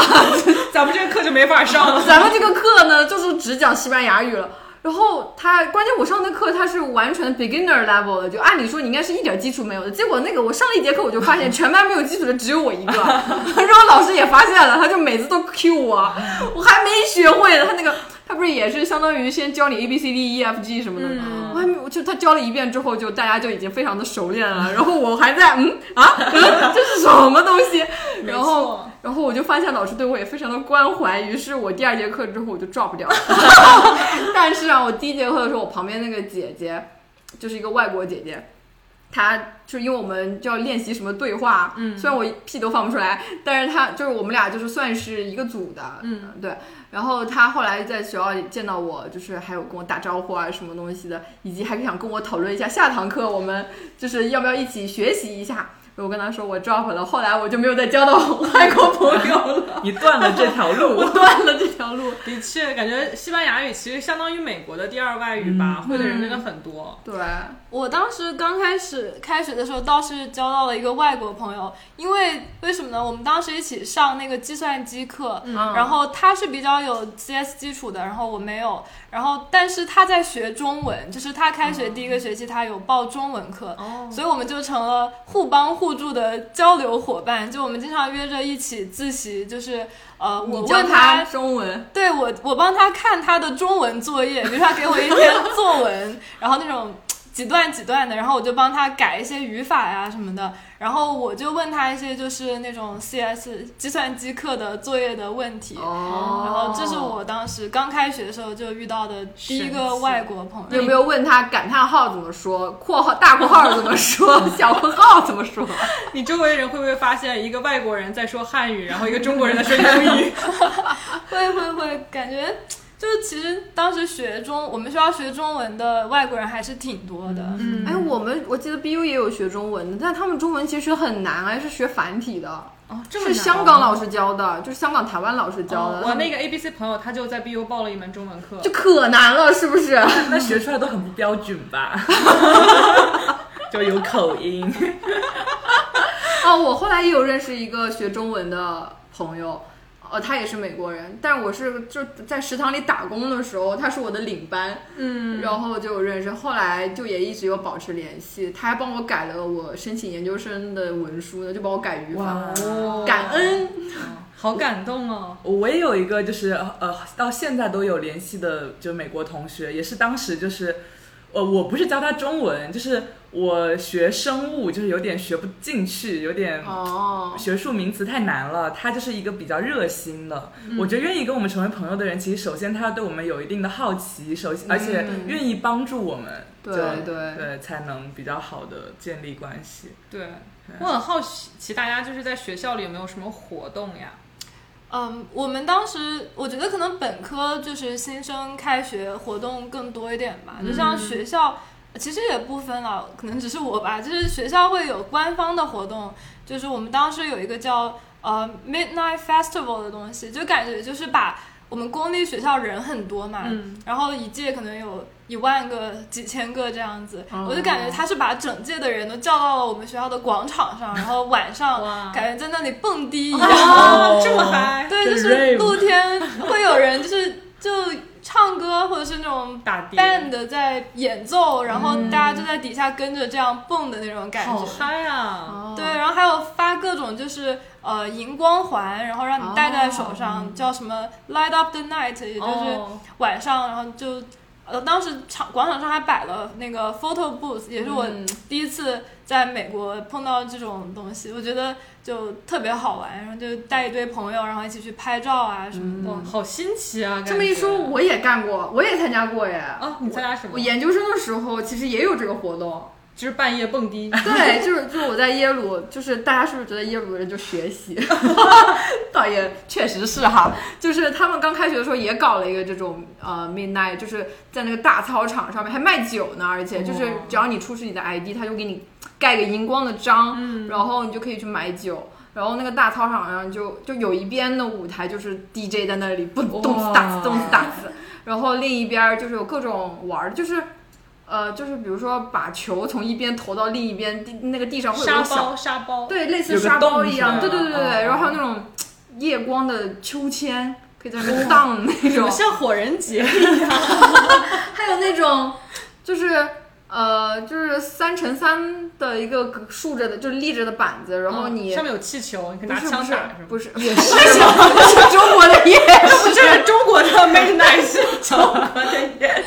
Speaker 2: 咱们这个课就没法上了。
Speaker 1: 咱们这个课呢，就是只讲西班牙语了。然后他，关键我上的课他是完全 beginner level 的，就按理说你应该是一点基础没有的。结果那个我上了一节课，我就发现全班没有基础的只有我一个， 然后老师也发现了，他就每次都 cue 我，我还没学会呢。他那个他不是也是相当于先教你 A B C D E F G 什么的吗？
Speaker 2: 嗯
Speaker 1: 我还没有，就他教了一遍之后，就大家就已经非常的熟练了。然后我还在嗯啊，嗯这是什么东西？然后然后我就发现老师对我也非常的关怀，于是我第二节课之后我就 drop 掉了。 但是啊，我第一节课的时候，我旁边那个姐姐就是一个外国姐姐，她就是因为我们就要练习什么对话，嗯，虽然我屁都放不出来，但是她就是我们俩就是算是一个组的，
Speaker 2: 嗯，
Speaker 1: 对。然后她后来在学校里见到我，就是还有跟我打招呼啊什么东西的，以及还想跟我讨论一下下堂课我们就是要不要一起学习一下。我跟她说我 drop 了，后来我就没有再交到外国朋友了，
Speaker 3: 你断了这条 路。
Speaker 1: 我断了这条路。
Speaker 2: 的确，感觉西班牙语其实相当于美国的第二外语吧，会的人真的很多。
Speaker 1: 对，
Speaker 4: 我当时刚开始开学的时候，倒是交到了一个外国朋友，因为为什么呢？我们当时一起上那个计算机课，
Speaker 1: 嗯
Speaker 4: 然后他是比较有 CS 基础的，然后我没有，然后但是他在学中文，就是他开学第一个学期他有报中文课，
Speaker 2: 哦，
Speaker 4: 所以我们就成了互帮互助的交流伙伴，就我们经常约着一起自习，就是呃，我
Speaker 1: 你教
Speaker 4: 问
Speaker 1: 她中文，
Speaker 4: 对我，我帮他看他的中文作业， 比如他给我一篇作文，然后那种嗯几段几段的，然后我就帮他改一些语法呀、什么的，然后我就问他一些就是那种 CS 计算机课的作业的问题。
Speaker 1: 哦
Speaker 4: 然后这是我当时刚开学的时候就遇到的第一
Speaker 2: 神
Speaker 4: 个
Speaker 2: 奇
Speaker 4: 外国朋
Speaker 1: 你有
Speaker 4: 友
Speaker 1: 没。有问他感叹号怎么说，括号大括号怎么 说，小括号怎么说？
Speaker 2: 你周围人会不会发现一个外国人在说汉语，然后一个中国人在说英语？
Speaker 4: 会会会，感觉就其实当时学中，我们学校学中文的外国人还是挺多的。
Speaker 2: 嗯
Speaker 1: 哎，我们我记得 BU 也有学中文的，但他们中文其实很难啊，是学繁体的，
Speaker 2: 哦，这么
Speaker 1: 是
Speaker 2: 难
Speaker 1: 香港老师教的，就是香港、台湾老师教
Speaker 2: 哦
Speaker 1: 的。
Speaker 2: 我那个 A B C 朋友他就在 B U 报了一门中文课，
Speaker 1: 就可难了，是不是？
Speaker 3: 那学出来都很不标准吧？ 就有口音。
Speaker 1: 哦，我后来也有认识一个学中文的朋友，呃，他也是美国人，但是我是就在食堂里打工的时候，他是我的领班，
Speaker 2: 嗯，
Speaker 1: 然后就有认识，后来就也一直有保持联系，他还帮我改了我申请研究生的文书呢，就帮我改语法，
Speaker 2: 哦
Speaker 1: 感，恩。
Speaker 2: 好感动哦。
Speaker 3: 我也有一个，就是呃，到现在都有联系的，就美国同学，也是当时就是，呃，我不是教他中文，就是我学生物，就是有点学不进去，有点
Speaker 1: 哦，
Speaker 3: 学术名词太难了，他就是一个比较热心的。
Speaker 1: 嗯
Speaker 3: 我觉得愿意跟我们成为朋友的人，其实首先他要对我们有一定的好奇，首先而且愿意帮助我们，
Speaker 1: 嗯对
Speaker 3: 就
Speaker 1: 对
Speaker 3: 对，才能比较好的建立关系。
Speaker 2: 对，我很好奇大家就是在学校里有没有什么活动呀？
Speaker 4: 嗯，我们当时我觉得可能本科就是新生开学活动更多一点吧，就像
Speaker 2: 嗯
Speaker 4: 学校。其实也不分了，可能只是我吧。就是学校会有官方的活动，就是我们当时有一个叫呃 Midnight Festival 的东西，就感觉就是把我们公立学校人很多嘛，
Speaker 2: 嗯
Speaker 4: 然后一届可能有一万个、几千个这样子，
Speaker 1: 哦
Speaker 4: 我就感觉他是把整届的人都叫到了我们学校的广场上，然后晚上
Speaker 2: 哇
Speaker 4: 感觉在那里蹦迪一 样。
Speaker 2: 哦，这么嗨，
Speaker 4: 对，
Speaker 3: 就
Speaker 4: 就是是
Speaker 3: rave
Speaker 4: 露天会有人就是就唱歌或者是那种
Speaker 2: 打碟
Speaker 4: band 在演奏，然后大家就在底下跟着这样蹦的那种感
Speaker 2: 嗯好
Speaker 4: 觉。
Speaker 2: 嗨啊！
Speaker 1: 哦
Speaker 4: 对，然后还有发各种就是呃荧光环，然后让你戴在手上，叫什么 light up the night，也就是
Speaker 2: 哦
Speaker 4: 晚上，然后就呃当时场广场上还摆了那个 photo booth，也是我
Speaker 1: 嗯
Speaker 4: 第一次在美国碰到这种东西，我觉得就特别好玩，然后就带一堆朋友，然后一起去拍照啊什么的。
Speaker 2: 哇，好新奇啊！
Speaker 1: 这么
Speaker 2: 感
Speaker 1: 一
Speaker 2: 觉
Speaker 1: 说，我也干过，我也参加过耶。
Speaker 2: 啊，你参加什么
Speaker 1: 我？研究生的时候其实也有这个活动，
Speaker 2: 就是半夜蹦 迪，
Speaker 1: 对，就是就是我在耶鲁，就是大家是不是觉得耶鲁的人就学习？ 倒也确实是哈，就是他们刚开学的时候也搞了一个这种呃 midnight，就是在那个大操场上面还卖酒呢，而且就是只要你出示你的 ID，他就给你盖个荧光的章，然后你就可以去买酒。然后那个大操场上就就有一边的舞台就是 DJ 在那里蹦
Speaker 3: 哇
Speaker 1: 动次打次动次打次，然后另一边儿就是有各种玩儿，就是呃就是比如说把球从一边投到另一边地那个地上会有
Speaker 2: 沙
Speaker 1: 个小
Speaker 2: 包沙包，
Speaker 1: 对类似
Speaker 3: 有个
Speaker 1: 沙包
Speaker 3: 洞
Speaker 1: 一
Speaker 3: 是
Speaker 1: 样，
Speaker 3: 吧
Speaker 1: 对对对对对，
Speaker 3: 哦
Speaker 1: 然后还有那种夜光的秋千可以在那边荡那
Speaker 2: 怎么
Speaker 1: 种，
Speaker 2: 像火人节？
Speaker 1: 还有那种就是。呃，就是三乘三的一个竖着的，就是立着的板子，然后你、
Speaker 2: 嗯上面有气球，你可以
Speaker 1: 不
Speaker 2: 拿
Speaker 1: 是
Speaker 2: 枪
Speaker 1: 不
Speaker 2: 打，是
Speaker 1: 是
Speaker 2: 吗？
Speaker 1: 不是也是是中国的也
Speaker 2: 这不就是中国的 Made Nice 中国的夜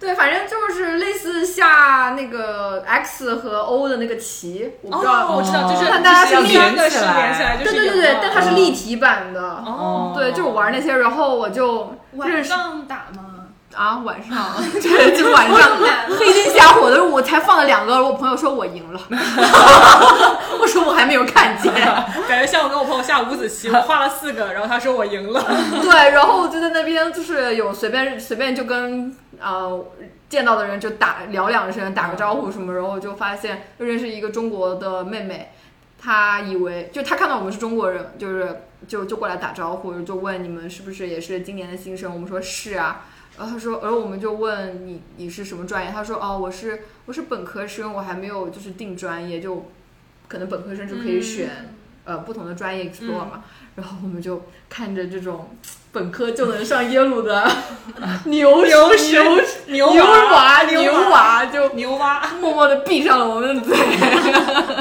Speaker 1: 对，反正就是类似下那个 X 和 O 的那个棋，我不知道。
Speaker 2: 哦，我知道，就是
Speaker 1: 看大家
Speaker 2: 就是要
Speaker 1: 是
Speaker 2: 三个是连起来，就
Speaker 1: 对
Speaker 2: 是
Speaker 1: 对对
Speaker 2: 有
Speaker 1: 对，
Speaker 2: 个
Speaker 1: 但它是立体版的。
Speaker 2: 哦，
Speaker 1: 对，就是玩那些，然后我就嗯
Speaker 4: 晚
Speaker 1: 认识
Speaker 4: 上打吗？
Speaker 1: 啊，晚 上对，就晚上
Speaker 4: 不敢
Speaker 1: 黑灯瞎火的，我才放了两个，我朋友说我赢 了，我说我还没有看见。
Speaker 2: 感觉像我跟我朋友下五子棋，我画了四个，然后他说我赢了，
Speaker 1: 对，然后我就在那边就是有随便随便就跟呃见到的人就打聊两声，打个招呼什么，然后就发现又认识一个中国的妹妹，她以为就她看到我们是中国人，就是就就过来打招呼，就问你们是不是也是今年的新生，我们说是啊。然后她说，然后我们就问你你是什么专业？她说哦，我是我是本科生，我还没有就是定专业，就可能本科生就可以选、呃不同的专业 explore 嘛。然后我们就看着这种本科就能上耶鲁的牛 牛牛
Speaker 2: 牛
Speaker 1: 牛娃
Speaker 2: 牛
Speaker 1: 牛娃，就
Speaker 2: 牛蛙。
Speaker 1: 默默的闭上了我们的嘴。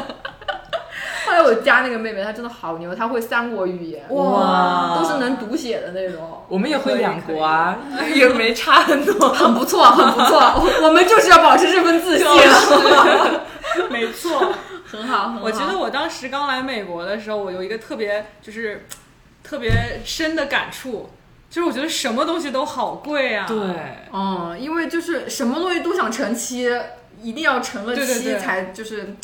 Speaker 1: 后来我家那个妹妹，她真的好牛，她会三国语言，
Speaker 3: 哇
Speaker 1: 都是能读写的那种，
Speaker 3: 我们也会两国啊，也没差很 多。
Speaker 1: 很不错，很不错。我我们就是要保持这份自信，
Speaker 2: 没 错，
Speaker 1: 很好，很好。
Speaker 2: 我觉得我当时刚来美国的时候，我有一个特别就是特别深的感触，就是我觉得什么东西都好贵啊。
Speaker 3: 对，
Speaker 1: 嗯，因为就是什么东西都想成期，一定要成了期
Speaker 2: 对对对
Speaker 1: 才就是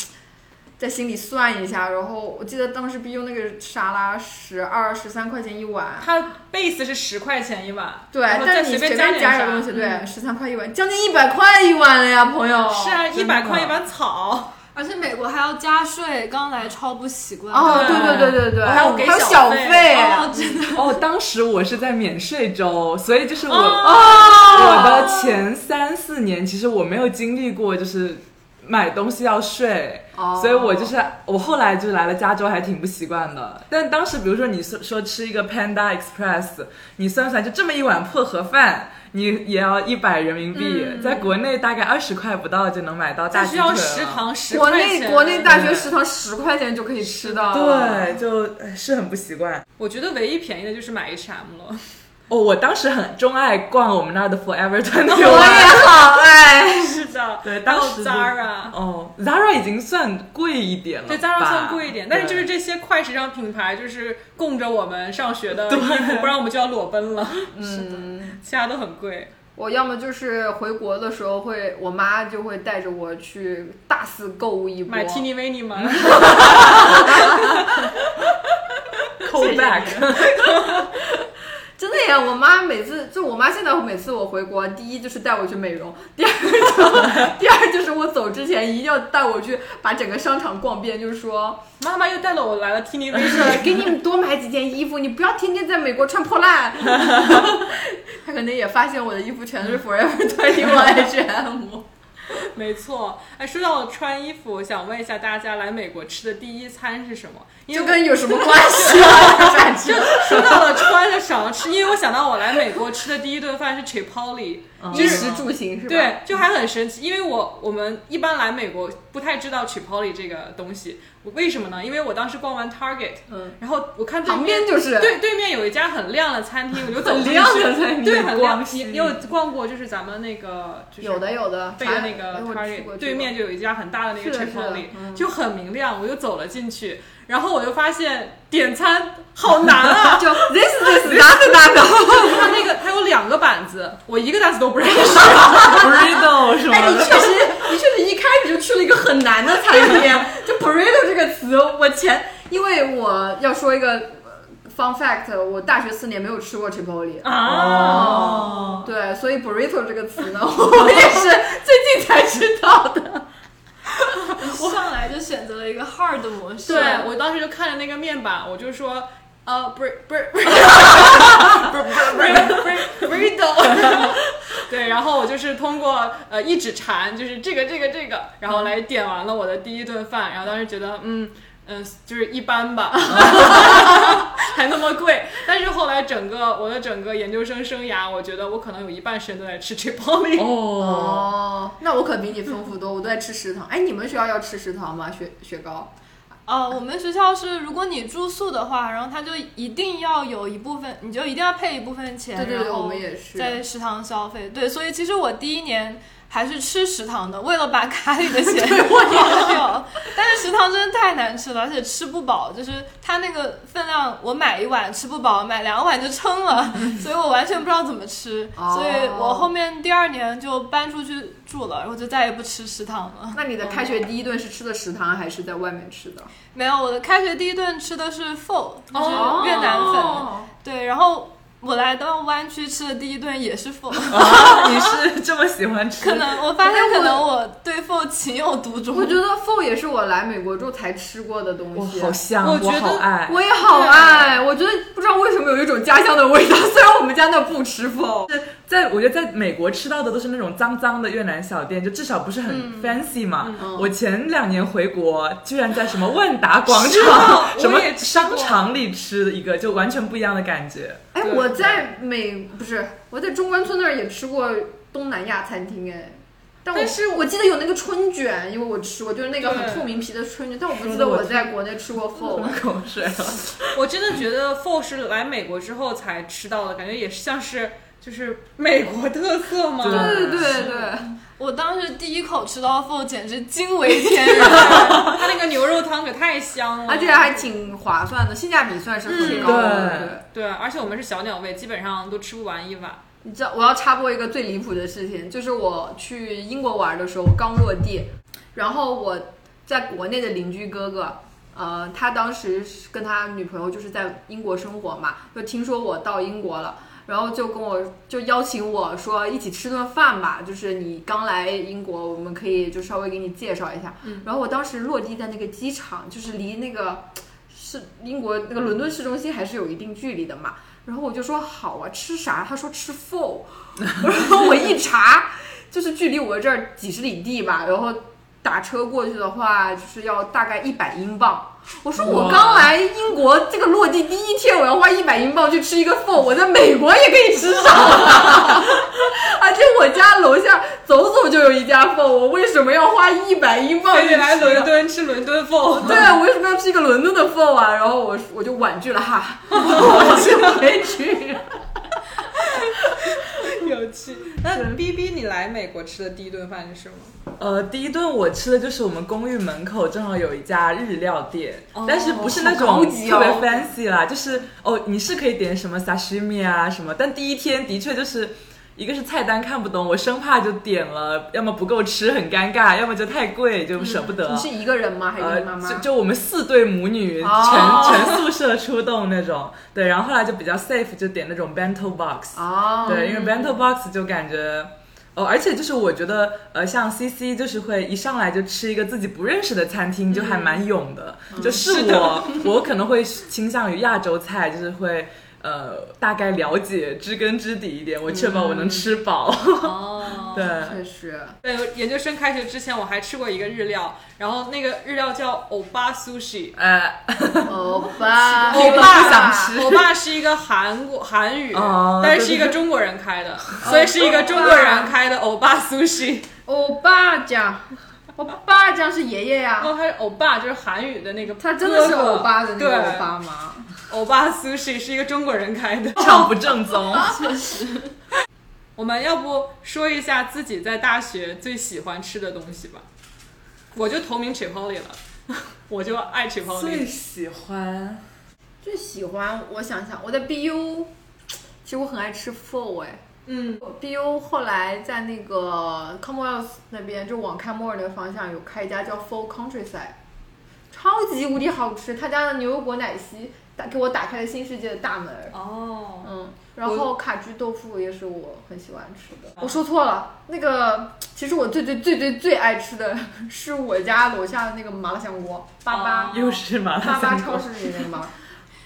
Speaker 1: 在心里算一下。然后我记得当时 B U 那个沙拉十二十三块钱一碗，
Speaker 2: 它 base 是十块钱一碗，
Speaker 1: 对，
Speaker 2: 然后再
Speaker 1: 但是
Speaker 2: 随
Speaker 1: 你随
Speaker 2: 加
Speaker 1: 便
Speaker 2: 点
Speaker 1: 加
Speaker 2: 啥嗯
Speaker 1: 点东西，对，十三块一碗，将近一百块一碗了呀，朋友。
Speaker 2: 是啊，一
Speaker 3: 真的
Speaker 2: 百块一碗草，
Speaker 4: 而且美国还要加税，刚来超不习惯。
Speaker 1: 哦，啊
Speaker 2: 对
Speaker 1: 对对对对对，
Speaker 2: 还有给
Speaker 1: 还有
Speaker 2: 小
Speaker 1: 小
Speaker 2: 费
Speaker 1: 费，
Speaker 4: 哦，真的，
Speaker 3: 哦，当时我是在免税州，所以就是我、
Speaker 1: 哦
Speaker 3: 我的前三四年，其实我没有经历过就是买东西要税。
Speaker 1: 哦
Speaker 3: 所以我就是我后来就来了加州，还挺不习惯的。但当时比如说你说说吃一个 Panda Express，你算算就这么一碗破盒饭，你也要一百人民币，在国内大概二十块不到就能买到大
Speaker 2: 再
Speaker 3: 鸡
Speaker 2: 嗯需
Speaker 3: 腿了。
Speaker 2: 要食堂十
Speaker 1: 国
Speaker 2: 块
Speaker 1: 内
Speaker 2: 钱。嗯
Speaker 1: 国内大学食堂十块钱就可以吃到，，
Speaker 3: 对，就是很不习惯。
Speaker 2: 我觉得唯一便宜的就是买 H&M 了。
Speaker 3: 哦，我当时很钟爱逛我们那儿的 Forever
Speaker 1: 我也
Speaker 3: 21。
Speaker 1: 好哎爱。
Speaker 2: 是的，
Speaker 3: 对，
Speaker 2: 还
Speaker 3: 当
Speaker 2: 有
Speaker 3: 时就
Speaker 2: Zara。
Speaker 3: 哦，Zara 已经算贵一点了吧，
Speaker 2: 对，Zara 算贵一点，但是就是这
Speaker 3: 对
Speaker 2: 些快时尚品牌就是供着我们上学的衣服，不然我们就要裸奔了。嗯，其他都很贵。
Speaker 1: 我要么就是回国的时候会，我妈就会带着我去大肆购物一波。
Speaker 2: 买 Tini Mini 吗？
Speaker 3: call back，
Speaker 1: 真的呀，我妈每次就我妈现在每次我回国，第一就是带我去美容，第二就是第二就是 我走之前一定要带我去把整个商场逛遍，就是说，
Speaker 2: 妈妈又带了我来了 Tini
Speaker 1: 就
Speaker 2: Mini，
Speaker 1: 是给你们多买几件衣服，你不要天天在美国穿破 烂。她可能也发现我的衣服全是 Forever Twenty One H&M。
Speaker 2: 没错。哎，说到穿衣服，我想问一下大家来美国吃的第一餐是什么？因
Speaker 1: 就
Speaker 2: 为
Speaker 1: 跟有什么关系啊？反 正
Speaker 2: 说到了穿的少吃，因为我想到我来美国吃的第一顿饭是 Chipotle，
Speaker 3: 嗯
Speaker 1: 衣食住行是吧？
Speaker 2: 对，就还很神奇，因为我我们一般来美国不太知道 Chipotle 这个东西，我为什么呢？因为我当时逛完 Target，
Speaker 1: 嗯，
Speaker 2: 然后我看对
Speaker 1: 旁边就是
Speaker 2: 对对面有一家很亮的餐厅，我就走
Speaker 1: 很
Speaker 2: 进
Speaker 1: 亮
Speaker 2: 去
Speaker 1: 的餐厅
Speaker 2: 对，很亮
Speaker 3: 光。
Speaker 2: 你
Speaker 3: 熙
Speaker 2: 你有逛过就是咱们那个就是
Speaker 1: 有的有的，
Speaker 2: 背的那
Speaker 1: 哎
Speaker 2: 个
Speaker 1: 我去过
Speaker 2: Target 对
Speaker 1: 去过
Speaker 2: 面就有一家很大的那
Speaker 1: 是
Speaker 2: 个
Speaker 1: 的是的
Speaker 2: Chipotle，
Speaker 1: 嗯
Speaker 2: 就很明亮，我就走了进去，然后我就发现点餐好难啊，
Speaker 1: 就 this this that that。
Speaker 2: 它那个它有两个板子，我一个单词都不认识。
Speaker 3: burrito 什
Speaker 1: 哎，你
Speaker 3: 么的。
Speaker 1: 确实，你确实一开始就去了一个很难的餐厅。就 burrito 这个词，我前因为我要说一个呃 fun fact，我大学四年没有吃过 Chipotle。
Speaker 2: 啊，
Speaker 3: 哦，
Speaker 1: 对，所以 burrito 这个词呢， 我也是最近才知道的。
Speaker 4: 我上来就选择了一个 hard 的模式。
Speaker 2: 对我当时就看着那个面板，我就说，呃，不是不是 不是不是不是不是 burrito，对，然后我就是通过呃一指禅，就是这个这个这个，然后来点完了我的第一顿饭，然后当时觉得嗯。嗯，就是一般吧， 还那么贵。但是后来整个我的整个研究生生涯，我觉得我可能有一半时间都在吃 Chipotle。
Speaker 3: 哦，
Speaker 1: 哦，那我可比你丰富多，我都在吃食堂。哎，你们学校要吃食堂吗？雪雪糕？
Speaker 4: 呃，我们学校是，如果你住宿的话，然后他就一定要有一部分，你就一定要配一部分钱，
Speaker 1: 对对对，
Speaker 4: 然
Speaker 1: 我
Speaker 4: 后
Speaker 1: 们也是。
Speaker 4: 在食堂消费。对，所以其实我第一年还是吃食堂的，为了把卡里 的钱花掉。 但是食堂真的太难吃了，而且吃不饱，就是它那个分量，我买一碗吃不饱，买两碗就 撑了，所以我完全不知道怎么吃。
Speaker 1: 哦
Speaker 4: 所以我后面第二年就搬出去住了，然后就再也不吃食堂了。
Speaker 1: 那你的开学第一顿是吃的食堂，还是在外面吃的？
Speaker 4: 没有，我的开学第一顿吃的是 pho，就是哦
Speaker 1: 哦
Speaker 4: 越南粉。
Speaker 3: 哦
Speaker 4: 对，然后我来到湾区吃的第一顿也是 pho，
Speaker 3: 啊你是这么喜欢吃
Speaker 4: 可？能我发现
Speaker 1: 但是我
Speaker 4: 可能我对 pho 情有独钟。
Speaker 1: 我觉得 pho 也是我来美国之后才吃过的东
Speaker 3: 哇
Speaker 1: 西，，啊
Speaker 3: 好香，
Speaker 2: 我觉
Speaker 3: 我
Speaker 2: 得
Speaker 3: 好爱。
Speaker 1: 我也好爱。我觉得不知道为什么有一种家乡的味道， 虽然我们家那不吃 pho。
Speaker 3: 是在我觉得在美国吃到的都是那种脏脏的越南小店，就至少不是很 fancy 嘛。
Speaker 1: 嗯
Speaker 3: 我前两年回国，居然在什么万达广场、
Speaker 2: 是啊
Speaker 3: 什么
Speaker 2: 我也吃过
Speaker 3: 商场里吃的一个，就完全不一样的感觉。
Speaker 1: 哎，
Speaker 2: 对
Speaker 1: 我在美不是我在中关村那儿也吃过东南亚餐厅哎。但我
Speaker 2: 但是
Speaker 1: 我记得有那个春卷，因为我吃过，就是那个很
Speaker 2: 对
Speaker 1: 透明皮的春卷，但我不记得我在国内吃过 pho。
Speaker 3: 口水了，
Speaker 2: 我真的觉得 Four 是来美国之后才吃到的，感觉也是像是就是美国特色嘛。
Speaker 1: 对
Speaker 3: 对
Speaker 1: 对对，
Speaker 4: 我当时第一口吃到 pho 简直惊为天人。
Speaker 2: 它那个牛肉汤可太香了，
Speaker 1: 而且还挺划算的，性价比算是很高的。
Speaker 3: 嗯
Speaker 1: 对
Speaker 2: 对，而且我们是小鸟胃，基本上都吃不完一碗。
Speaker 1: 你知道我要插播一个最离谱的事情，就是我去英国玩的时候，我刚落地，然后我在国内的邻居哥哥，呃，他当时是跟他女朋友就是在英国生活嘛，就听说我到英国了。然后就跟我就邀请我说一起吃顿饭吧，就是你刚来英国，我们可以就稍微给你介绍一下。
Speaker 2: 嗯
Speaker 1: 然后我当时落地在那个机场，就是离那个是英国那个伦敦市中心还是有一定距离的嘛。然后我就说好啊，吃啥？他说吃 pho，然后我一查，就是距离我这儿几十里地吧，然后打车过去的话，就是要大概一百英镑。我说我
Speaker 3: 哇
Speaker 1: 刚来英国这个落地第一天，我要花一百英镑去吃一个 pho，我在美国也可以吃上了而且我家楼下走走就有一家 pho，我为什么要花一百英镑
Speaker 2: 可
Speaker 1: 去
Speaker 2: 以来
Speaker 1: 吃
Speaker 2: 伦敦吃伦敦 Four。
Speaker 1: 对啊，我为什么要吃一个伦敦的 f 啊？然后我我就婉拒了 哈，我就没 去。
Speaker 2: 有趣。那 B B，你来美国吃的第一顿饭是什么？
Speaker 3: 呃，第一顿我吃的就是我们公寓门口正好有一家日料店，但是不是那
Speaker 1: 哦好高
Speaker 3: 种
Speaker 1: 级
Speaker 3: 特别
Speaker 1: 哦
Speaker 3: fancy 啦，就是哦，你是可以点什么 sashimi 啊什么，但第一天的确就是。一个是菜单看不懂，我生怕就点了，要么不够吃很尴尬，要么就太贵就舍不得。
Speaker 1: 嗯你是一个人吗？还是
Speaker 3: 呃
Speaker 1: 跟妈，妈？
Speaker 3: 就就我们四对母女全、
Speaker 1: 哦
Speaker 3: 全宿舍出动那种，对，然后后来就比较 safe，就点那种 bento box，、
Speaker 1: 哦，
Speaker 3: 对，因为 bento box 就感觉。哦，而且就是我觉得，呃，像 C C 就是会一上来就吃一个自己不认识的餐厅，就还蛮勇的。嗯就是我， 我可能会倾向于亚洲菜，就是会呃大概了解知根知底一点，我确保我能吃饱。
Speaker 2: 哦，
Speaker 3: 对，
Speaker 1: 确实，
Speaker 2: 对，呃研究生开学之前我还吃过一个日料，然后那个日料叫欧巴 sushi。
Speaker 3: 呃，
Speaker 1: 欧 巴，
Speaker 2: 欧
Speaker 3: 巴
Speaker 2: 巴
Speaker 3: 想吃
Speaker 2: 欧巴是一个韩国韩语
Speaker 3: 哦，
Speaker 2: 但是是一个中国人开的，所以是一个中国人开的欧巴 sushi。
Speaker 1: 欧巴酱，欧巴酱是爷爷 呀、
Speaker 2: 然后他是欧巴，就是韩语的那个哥哥，
Speaker 1: 他真的是欧巴的那
Speaker 2: 对
Speaker 1: 个欧巴吗？
Speaker 2: 欧巴 sushi 是一个中国人开的。
Speaker 3: 唱不正 宗。
Speaker 2: 我们要不说一下自己在大学最喜欢吃的东西吧？我就投名 Chipotle 了， 我就爱 Chipotle。
Speaker 3: 喜欢
Speaker 1: 最喜欢，我想想，我在 BU，其实我很爱吃 pho 哎，
Speaker 2: 嗯，
Speaker 1: BU 后来在那个 Commonwealth 那边，就往开莫尔那个方向有开一家叫 Full Countryside，超级无敌好吃，他家的牛油果奶昔打给我打开了新世界的大门。
Speaker 2: 哦，
Speaker 1: 嗯，然后卡居豆腐也是我很喜欢吃的。我说错了，那个其实我最最最最最爱吃的是我家楼下的那个麻辣香锅，八八
Speaker 2: 哦
Speaker 3: 又是麻辣
Speaker 1: 八 八
Speaker 3: 香
Speaker 1: 超
Speaker 3: 锅。
Speaker 1: 市里面的麻辣。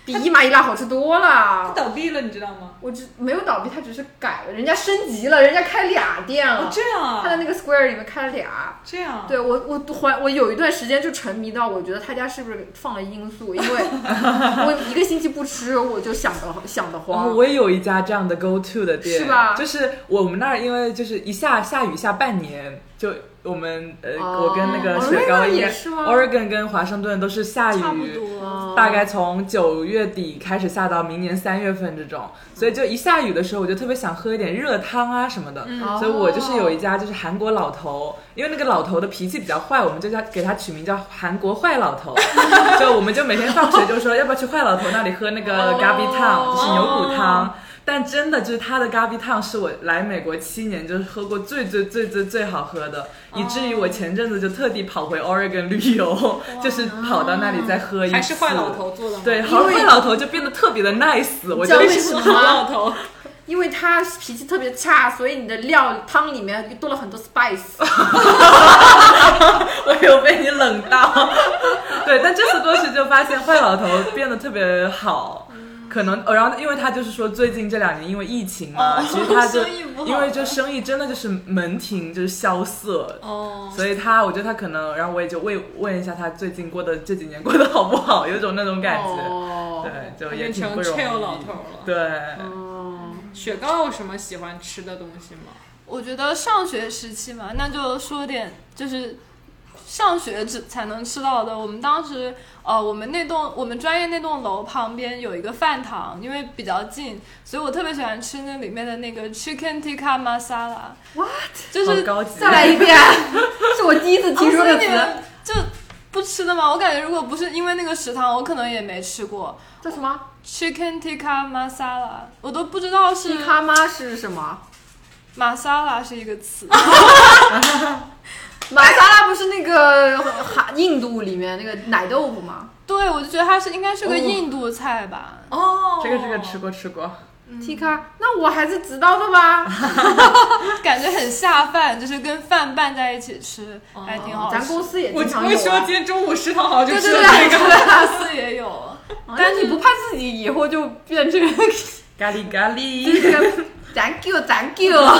Speaker 1: 比伊玛伊拉好吃多了。
Speaker 2: 倒闭了，你知道吗？
Speaker 1: 我只没有倒闭，它只是改了，人家升级了，人家开俩店
Speaker 2: 哦，
Speaker 1: 了，
Speaker 2: 这样
Speaker 1: 它的
Speaker 2: 啊，
Speaker 1: 那个 Square 里面开了俩。
Speaker 2: 这样，啊
Speaker 1: 对我，我还我有一段时间就沉迷到，我觉得他家是不是放了罂粟？因为我一个星期不吃，我就想得想得
Speaker 3: 然后
Speaker 1: 慌。
Speaker 3: 我也有一家这样的 go to 的店，
Speaker 1: 哦是吧
Speaker 3: 就是我们那儿，因为就是一下下雨下半年，就我们呃，
Speaker 1: 哦
Speaker 3: 我跟那个
Speaker 1: 哦
Speaker 3: 雪糕
Speaker 1: 那
Speaker 3: 一
Speaker 1: 也
Speaker 3: 样
Speaker 1: 是吗
Speaker 3: ，Oregon 跟华盛顿都是下
Speaker 4: 差不
Speaker 3: 雨，
Speaker 4: 多。
Speaker 3: 大
Speaker 1: 哦
Speaker 3: 概从九月底开始下到明年三月份这种，所以就一下雨的时候，我就特别想喝一点热汤啊什么的。
Speaker 4: 嗯
Speaker 1: 哦
Speaker 3: 所以我就是有一家就是韩国老头，因为那个老头的脾气比较坏，我们就叫给他取名叫韩国坏老 头。就我们就每天放学就说要不要去坏老头那里喝那个
Speaker 1: 哦
Speaker 3: gabi 汤，就是牛骨汤。但真的就是他的 gabi 汤是我来美国七年就是喝过最最最最最好喝的，
Speaker 1: 哦
Speaker 3: 以至于我前阵子就特地跑回 Oregon 旅游，就是跑到那里再喝一次。
Speaker 2: 还是坏老。头做的吗？
Speaker 3: 对，
Speaker 1: 因
Speaker 3: 好
Speaker 1: 为
Speaker 3: 坏老头就变得特别的 nice，我
Speaker 1: 知
Speaker 3: 就
Speaker 1: 道为
Speaker 3: 是
Speaker 1: 什么
Speaker 2: 坏老
Speaker 1: 吗？
Speaker 2: 头，
Speaker 1: 因为他脾气特别差，所以你的料汤里面多了很多 spice。
Speaker 3: 我有被你冷到。 对，但这次过去就发现坏老头变得特别好。可能，呃然后因为他就是说，最近这两年因为疫情嘛，
Speaker 4: 哦
Speaker 3: 其实他就
Speaker 4: 生意不好
Speaker 3: 因为就生意真的就是门庭就是萧瑟，
Speaker 4: 哦，
Speaker 3: 所以他我觉得他可能，然后我也就问问一下他最近过的这几年过得好不好，有一种那种感觉，
Speaker 1: 哦，
Speaker 3: 对，就也
Speaker 2: 变
Speaker 3: 挺
Speaker 2: 成
Speaker 3: 不容
Speaker 2: chill 老
Speaker 3: 易
Speaker 2: 头。了。
Speaker 3: 对，
Speaker 1: 哦，
Speaker 2: 雪糕有什么喜欢吃的东西吗？
Speaker 4: 我觉得上学时期嘛，那就说点就是上学只才能吃到的。我们当时呃，我们那栋我们专业那栋楼旁边有一个饭堂，因为比较近，所以我特别喜欢吃那里面的那个 chicken tikka masala。
Speaker 1: What？
Speaker 4: 就
Speaker 3: 好
Speaker 4: 是
Speaker 3: 高级。
Speaker 1: 再来一遍，是我第一次听说
Speaker 4: 哦
Speaker 1: 的
Speaker 4: 所以你
Speaker 1: 词。
Speaker 4: 们就不吃的吗？我感觉如果不是因为那个食堂，我可能也没吃过
Speaker 1: 叫什么？
Speaker 4: chicken tikka masala，我都不知道是
Speaker 1: 提卡妈是什么？
Speaker 4: masala 是一个词。
Speaker 1: 玛莎拉不是那个韩印度里面那个奶豆腐吗
Speaker 4: 对，我就觉得它是应该是
Speaker 1: 哦
Speaker 4: 个印度菜吧。
Speaker 2: 哦
Speaker 3: 这个这个吃过吃过，
Speaker 1: 提嗯卡，那我还是知道的吧。
Speaker 4: 感觉很下饭，就是跟饭拌在一起吃，还挺好吃。
Speaker 1: 咱公司也
Speaker 2: 我
Speaker 1: 经常
Speaker 2: 我
Speaker 1: 有、
Speaker 2: 说
Speaker 1: 啊
Speaker 2: 今。天中午食堂好像就
Speaker 1: 对
Speaker 2: 吃
Speaker 1: 对
Speaker 2: 了
Speaker 1: 对，
Speaker 2: 这个。
Speaker 4: 公司也有，
Speaker 1: 但是你不怕自己以后就变成
Speaker 3: 咖喱咖喱。
Speaker 1: 这个？Thank you, thank you。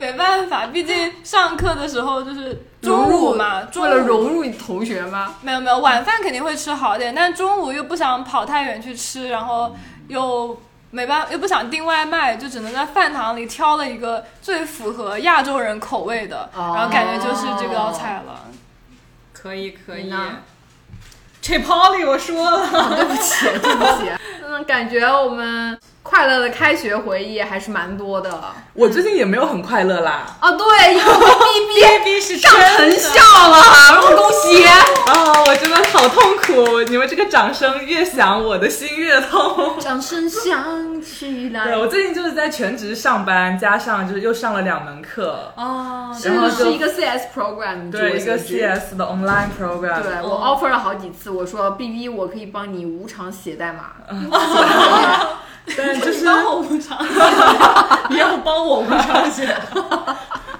Speaker 4: 没办法，毕竟上课的时候就是中午嘛，中
Speaker 1: 为了
Speaker 4: 午
Speaker 1: 融入你同学吗？
Speaker 4: 没有没有晚饭肯定会吃好点，但中午又不想跑太远去吃，然后又没办又不想订外卖，就只能在饭堂里挑了一个最符合亚洲人口味的，
Speaker 1: 哦
Speaker 4: 然后感觉就是这道菜了。
Speaker 2: 可以可
Speaker 1: 你
Speaker 2: 以
Speaker 1: 呢。
Speaker 2: 这 Polly 我说了，
Speaker 1: 对不起，对不起。嗯，感觉我们快乐的开学回忆还是蛮多的。
Speaker 3: 我最近也没有很快乐啦。
Speaker 1: 哦，对，有个 BB
Speaker 2: 必是
Speaker 1: 上
Speaker 2: 真
Speaker 1: 藤
Speaker 2: 的。
Speaker 1: 校了，恭喜！
Speaker 3: 啊，我真的好痛苦！你们这个掌声越响，我的心越痛。
Speaker 1: 掌声响起来
Speaker 3: 对我最近就是在全职上班，加上就是又上了两门课，
Speaker 4: 哦，
Speaker 1: 啊是
Speaker 3: 然后就是
Speaker 1: 一个 CS program，
Speaker 3: 对一个
Speaker 1: CS。
Speaker 3: CS 的 online program。
Speaker 1: 对我 offer 了好几次，我说 B B 我可以帮你无偿写代码，
Speaker 3: 啊但就是
Speaker 4: 当我无偿。
Speaker 2: 你要帮我无偿写，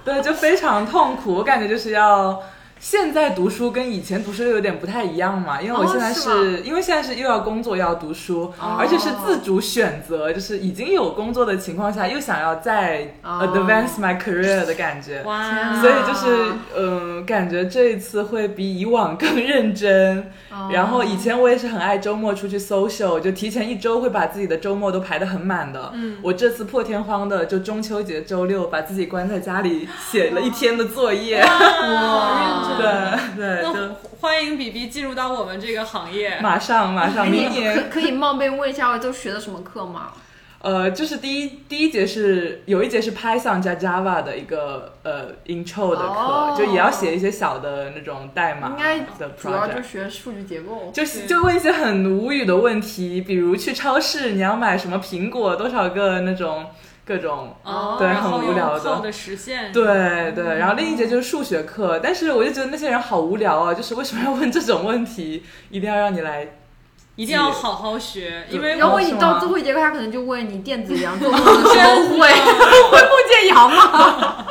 Speaker 3: 对，就非常痛苦。我感觉就是要现在读书跟以前读书又有点不太一样嘛，因为我
Speaker 1: 哦
Speaker 3: 现在
Speaker 1: 是
Speaker 3: 是,、
Speaker 1: 吗
Speaker 3: 因为现在是又要工作又要读书，而且是自主选择，就是已经有工作的情况下，又想要再
Speaker 1: 哦
Speaker 3: advance my career 的感觉。
Speaker 1: 啊
Speaker 2: 哇
Speaker 3: 所以就是，嗯、感觉这一次会比以往更认真。
Speaker 1: 哦
Speaker 3: 然后以前我也是很爱周末出去 social，就提前一周会把自己的周末都排得很满的。嗯，我这次破天荒的就中秋节周六把自己关在家里写了一天的作业。
Speaker 2: 哇
Speaker 3: 对对，
Speaker 2: 那
Speaker 3: 就
Speaker 2: 欢迎比比进入到我们这个行业。
Speaker 3: 马上马上，明
Speaker 1: 你
Speaker 3: 年
Speaker 1: 可可以冒昧问一下，我都学的什么课吗？
Speaker 3: 呃，就是第一第一节是有一节是 Python 加 Java 的一个呃 Intro 的课，
Speaker 1: 哦
Speaker 3: 就也要写一些小的那种代码
Speaker 1: 应 该
Speaker 3: 的 project。
Speaker 1: 主要就学数据结构。
Speaker 3: 就是就问一些很无语的问题，比如去超市你要买什么苹果多少个那种各种。
Speaker 2: 哦，
Speaker 3: 对
Speaker 2: 然后
Speaker 3: 很无聊
Speaker 2: 用 code
Speaker 3: 的
Speaker 2: 实现。
Speaker 1: 嗯
Speaker 3: 对对，然后另一节就是数学课，但是我就觉得那些人好无聊啊，就是为什么要问这种问题，一定要让你来？
Speaker 2: 一定要好好学，因为
Speaker 1: 然后
Speaker 2: 我
Speaker 1: 你
Speaker 3: 是
Speaker 1: 到
Speaker 3: 吗
Speaker 1: 最后一节课，他可能就问你电子羊做梦 的时候会会不见羊吗？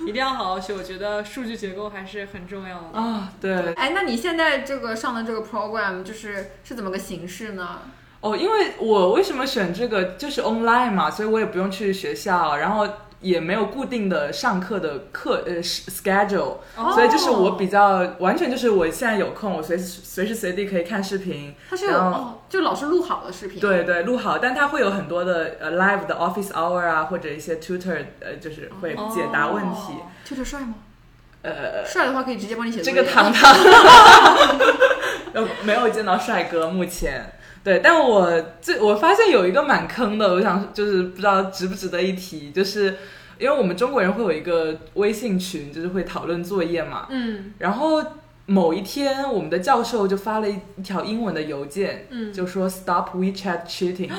Speaker 2: 一一定要好好学。我觉得数据结构还是很重要的。
Speaker 3: 啊，对，
Speaker 1: 哎，那你现在这个上的这个 program 就是是怎么个形式呢？
Speaker 3: 哦，因为我为什么选这个就是 online 嘛，所以我也不用去学校，然后也没有固定的上课的课呃是 schedule，、
Speaker 1: 哦
Speaker 3: 所以就是我比较完全就是我现在有空，我随时随时随地可以看视频，
Speaker 1: 它是有
Speaker 3: 然后
Speaker 1: 哦，就老师录好的视频。，
Speaker 3: 对对，录好，但它会有很多的呃 live 的 office hour 啊，或者一些 tutor 呃，就是会解答问题。
Speaker 2: 哦
Speaker 1: 特特帅吗？
Speaker 3: 呃，
Speaker 1: 帅的话可以直接帮你写
Speaker 3: 这
Speaker 1: 作
Speaker 3: 个
Speaker 1: 业。
Speaker 3: 糖糖， 呃，没有见到帅哥，目前。对，但我最我发现有一个蛮坑的，我想就是不知道值不值得一提，就是因为我们中国人会有一个微信群，就是会讨论作业嘛。
Speaker 2: 嗯
Speaker 3: 然后某一天，我们的教授就发了一一条英文的邮件，
Speaker 2: 嗯，
Speaker 3: 就说 Stop WeChat cheating。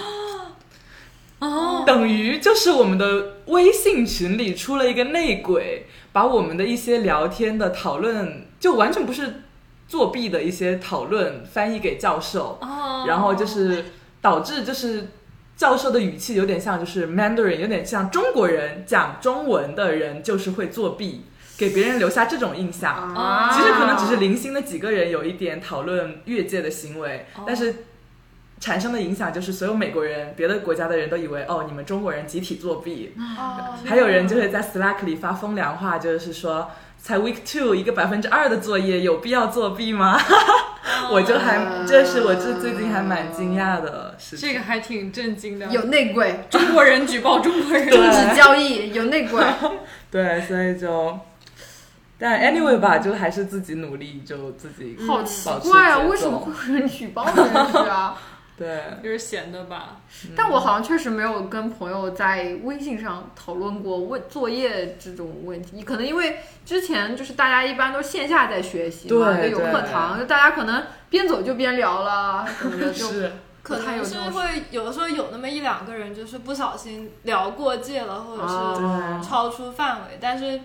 Speaker 2: 哦，
Speaker 3: 等于就是我们的微信群里出了一个内鬼，把我们的一些聊天的讨论，就完全不是作弊的一些讨论翻译给教授，
Speaker 2: 哦
Speaker 3: 然后就是导致就是教授的语气有点像就是 Mandarin，有点像中国人讲中文的人就是会作弊，给别人留下这种印象。
Speaker 1: 啊，
Speaker 3: 其实可能只是零星的几个人有一点讨论越界的行为，
Speaker 2: 哦
Speaker 3: 但是产生的影响就是所有美国人、别的国家的人都以为哦，你们中国人集体作弊。
Speaker 4: 哦，
Speaker 3: 还有人就会在 Slack 里发风凉话，就是说才 Week Two 一个百分之二的作业，有必要作弊吗？ 我就还这是我这最近还蛮惊讶的事情。
Speaker 2: 这个还挺震惊的，
Speaker 1: 有内鬼，
Speaker 2: 中国人举报中国
Speaker 1: 终
Speaker 2: 人，
Speaker 1: 止交易，有内 鬼。
Speaker 3: 对，所以就。但 anyway 吧，就还是自己努力，就自己
Speaker 1: 好
Speaker 3: 保
Speaker 1: 奇
Speaker 3: 持
Speaker 1: 怪啊，
Speaker 3: 节
Speaker 1: 为什
Speaker 3: 奏
Speaker 1: 么会有人举报这 件事啊？
Speaker 3: 对
Speaker 2: 就是闲的吧？
Speaker 1: 但我好像确实没有跟朋友在微信上讨论过问作业这种问题，可能因为之前就是大家一般都线下在学习嘛，
Speaker 3: 对
Speaker 1: 就有
Speaker 3: 对
Speaker 1: 课堂，就大家可能边走就边聊了什么的，就。
Speaker 3: 是
Speaker 4: 可能是会有的时候有那么一两个人就是不小心聊过界了，或 者
Speaker 1: 啊
Speaker 4: 是
Speaker 3: 对
Speaker 4: 超出范围，但是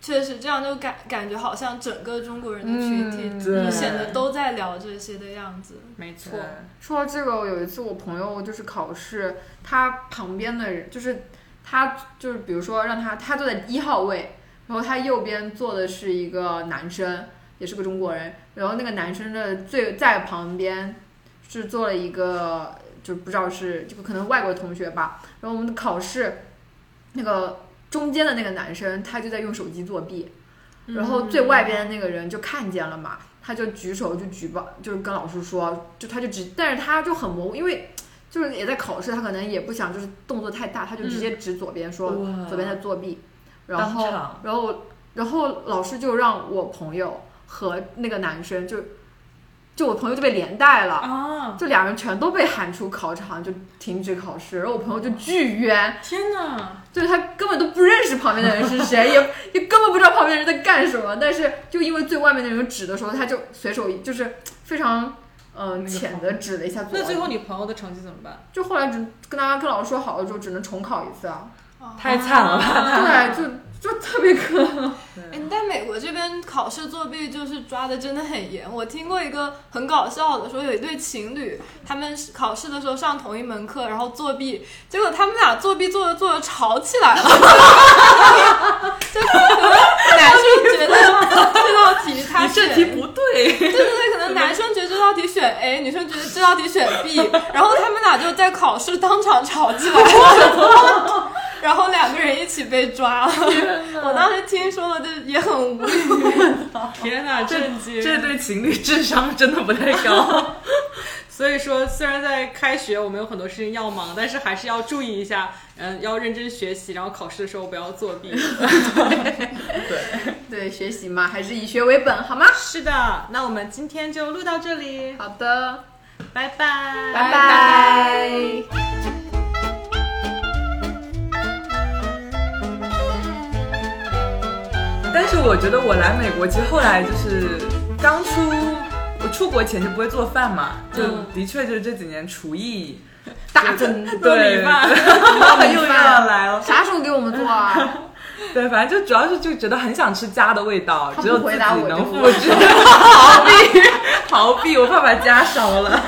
Speaker 4: 确实这样就感感觉好像整个中国人的群体
Speaker 1: 嗯
Speaker 3: 对
Speaker 4: 就显得都在聊这些的样子。
Speaker 2: 没错
Speaker 3: 对，
Speaker 1: 说到这个，有一次我朋友就是考试，他旁边的人就是他就是比如说让他他坐在一号位，然后他右边坐的是一个男生，也是个中国人，然后那个男生的最在旁边是坐了一个就不知道是就可能外国同学吧，然后我们的考试那个中间的那个男生他就在用手机作弊，然后最外边的那个人就看见了嘛，他就举手就举报，就是跟老师说，就他就直，但是他就很模糊，因为就是也在考试，他可能也不想就是动作太大，他就直接指左边说、
Speaker 3: 哇
Speaker 1: 左边在作弊，然
Speaker 3: 当
Speaker 1: 后
Speaker 3: 场
Speaker 1: 然后然后老师就让我朋友和那个男生就就我朋友就被连带了，
Speaker 2: 啊！
Speaker 1: 就俩人全都被喊出考场，就停止考试，然后我朋友就巨冤，
Speaker 2: 天哪，
Speaker 1: 就是他根本都不认识旁边的人是谁， 也也根本不知道旁边的人在干什么。但是就因为最外面的人指的时候，他就随手就是非常嗯、呃浅的指了一下左。
Speaker 2: 那最后你朋友的成绩怎么办？
Speaker 1: 就后来只跟大家跟老师说好了之后，只能重考一次 啊。
Speaker 4: 哦
Speaker 3: 太惨了吧？
Speaker 1: 对，就就特别可恨。
Speaker 4: 哎，但美国这边考试作弊就是抓的真的很严。我听过一个很搞笑的，说有一对情侣，他们是考试的时候上同一门课，然后作弊，结果他们俩作弊做着做着吵起来了。就可能男生觉得这道题他
Speaker 3: 你这
Speaker 4: 选
Speaker 3: 题不对，
Speaker 4: 对对对，可能男生觉得这道题选 A，女生觉得这道题选 B，然后他们俩就在考试当场吵起来了，然后两个人一起被抓了。我当时听说了，就也很无语。
Speaker 2: 天哪，震惊！
Speaker 3: 这对情侣智商真的不太高。
Speaker 2: 所以说，虽然在开学我们有很多事情要忙，但是还是要注意一下，嗯，要认真学习，然后考试的时候不要作弊。
Speaker 1: 对，学习嘛，还是以学为本，好吗？
Speaker 2: 是的，那我们今天就录到这里，
Speaker 1: 好的，
Speaker 2: 拜拜，
Speaker 1: 拜拜
Speaker 3: 但是我觉得我来美国，其实后来就是刚出我出国前就不会做饭嘛，就
Speaker 2: 嗯
Speaker 3: 的确就是这几年厨艺
Speaker 1: 大增。
Speaker 2: 糯
Speaker 3: 对
Speaker 2: 米 饭
Speaker 3: 又要来了。
Speaker 1: 啥时候给我们做啊？
Speaker 3: 对，反正就主要是就觉得很想吃家的味道，
Speaker 1: 他
Speaker 3: 只有
Speaker 1: 不
Speaker 3: 自
Speaker 1: 回
Speaker 3: 己
Speaker 1: 答我
Speaker 3: 能
Speaker 1: 这个
Speaker 3: 复制，逃避逃避，我怕把家烧了。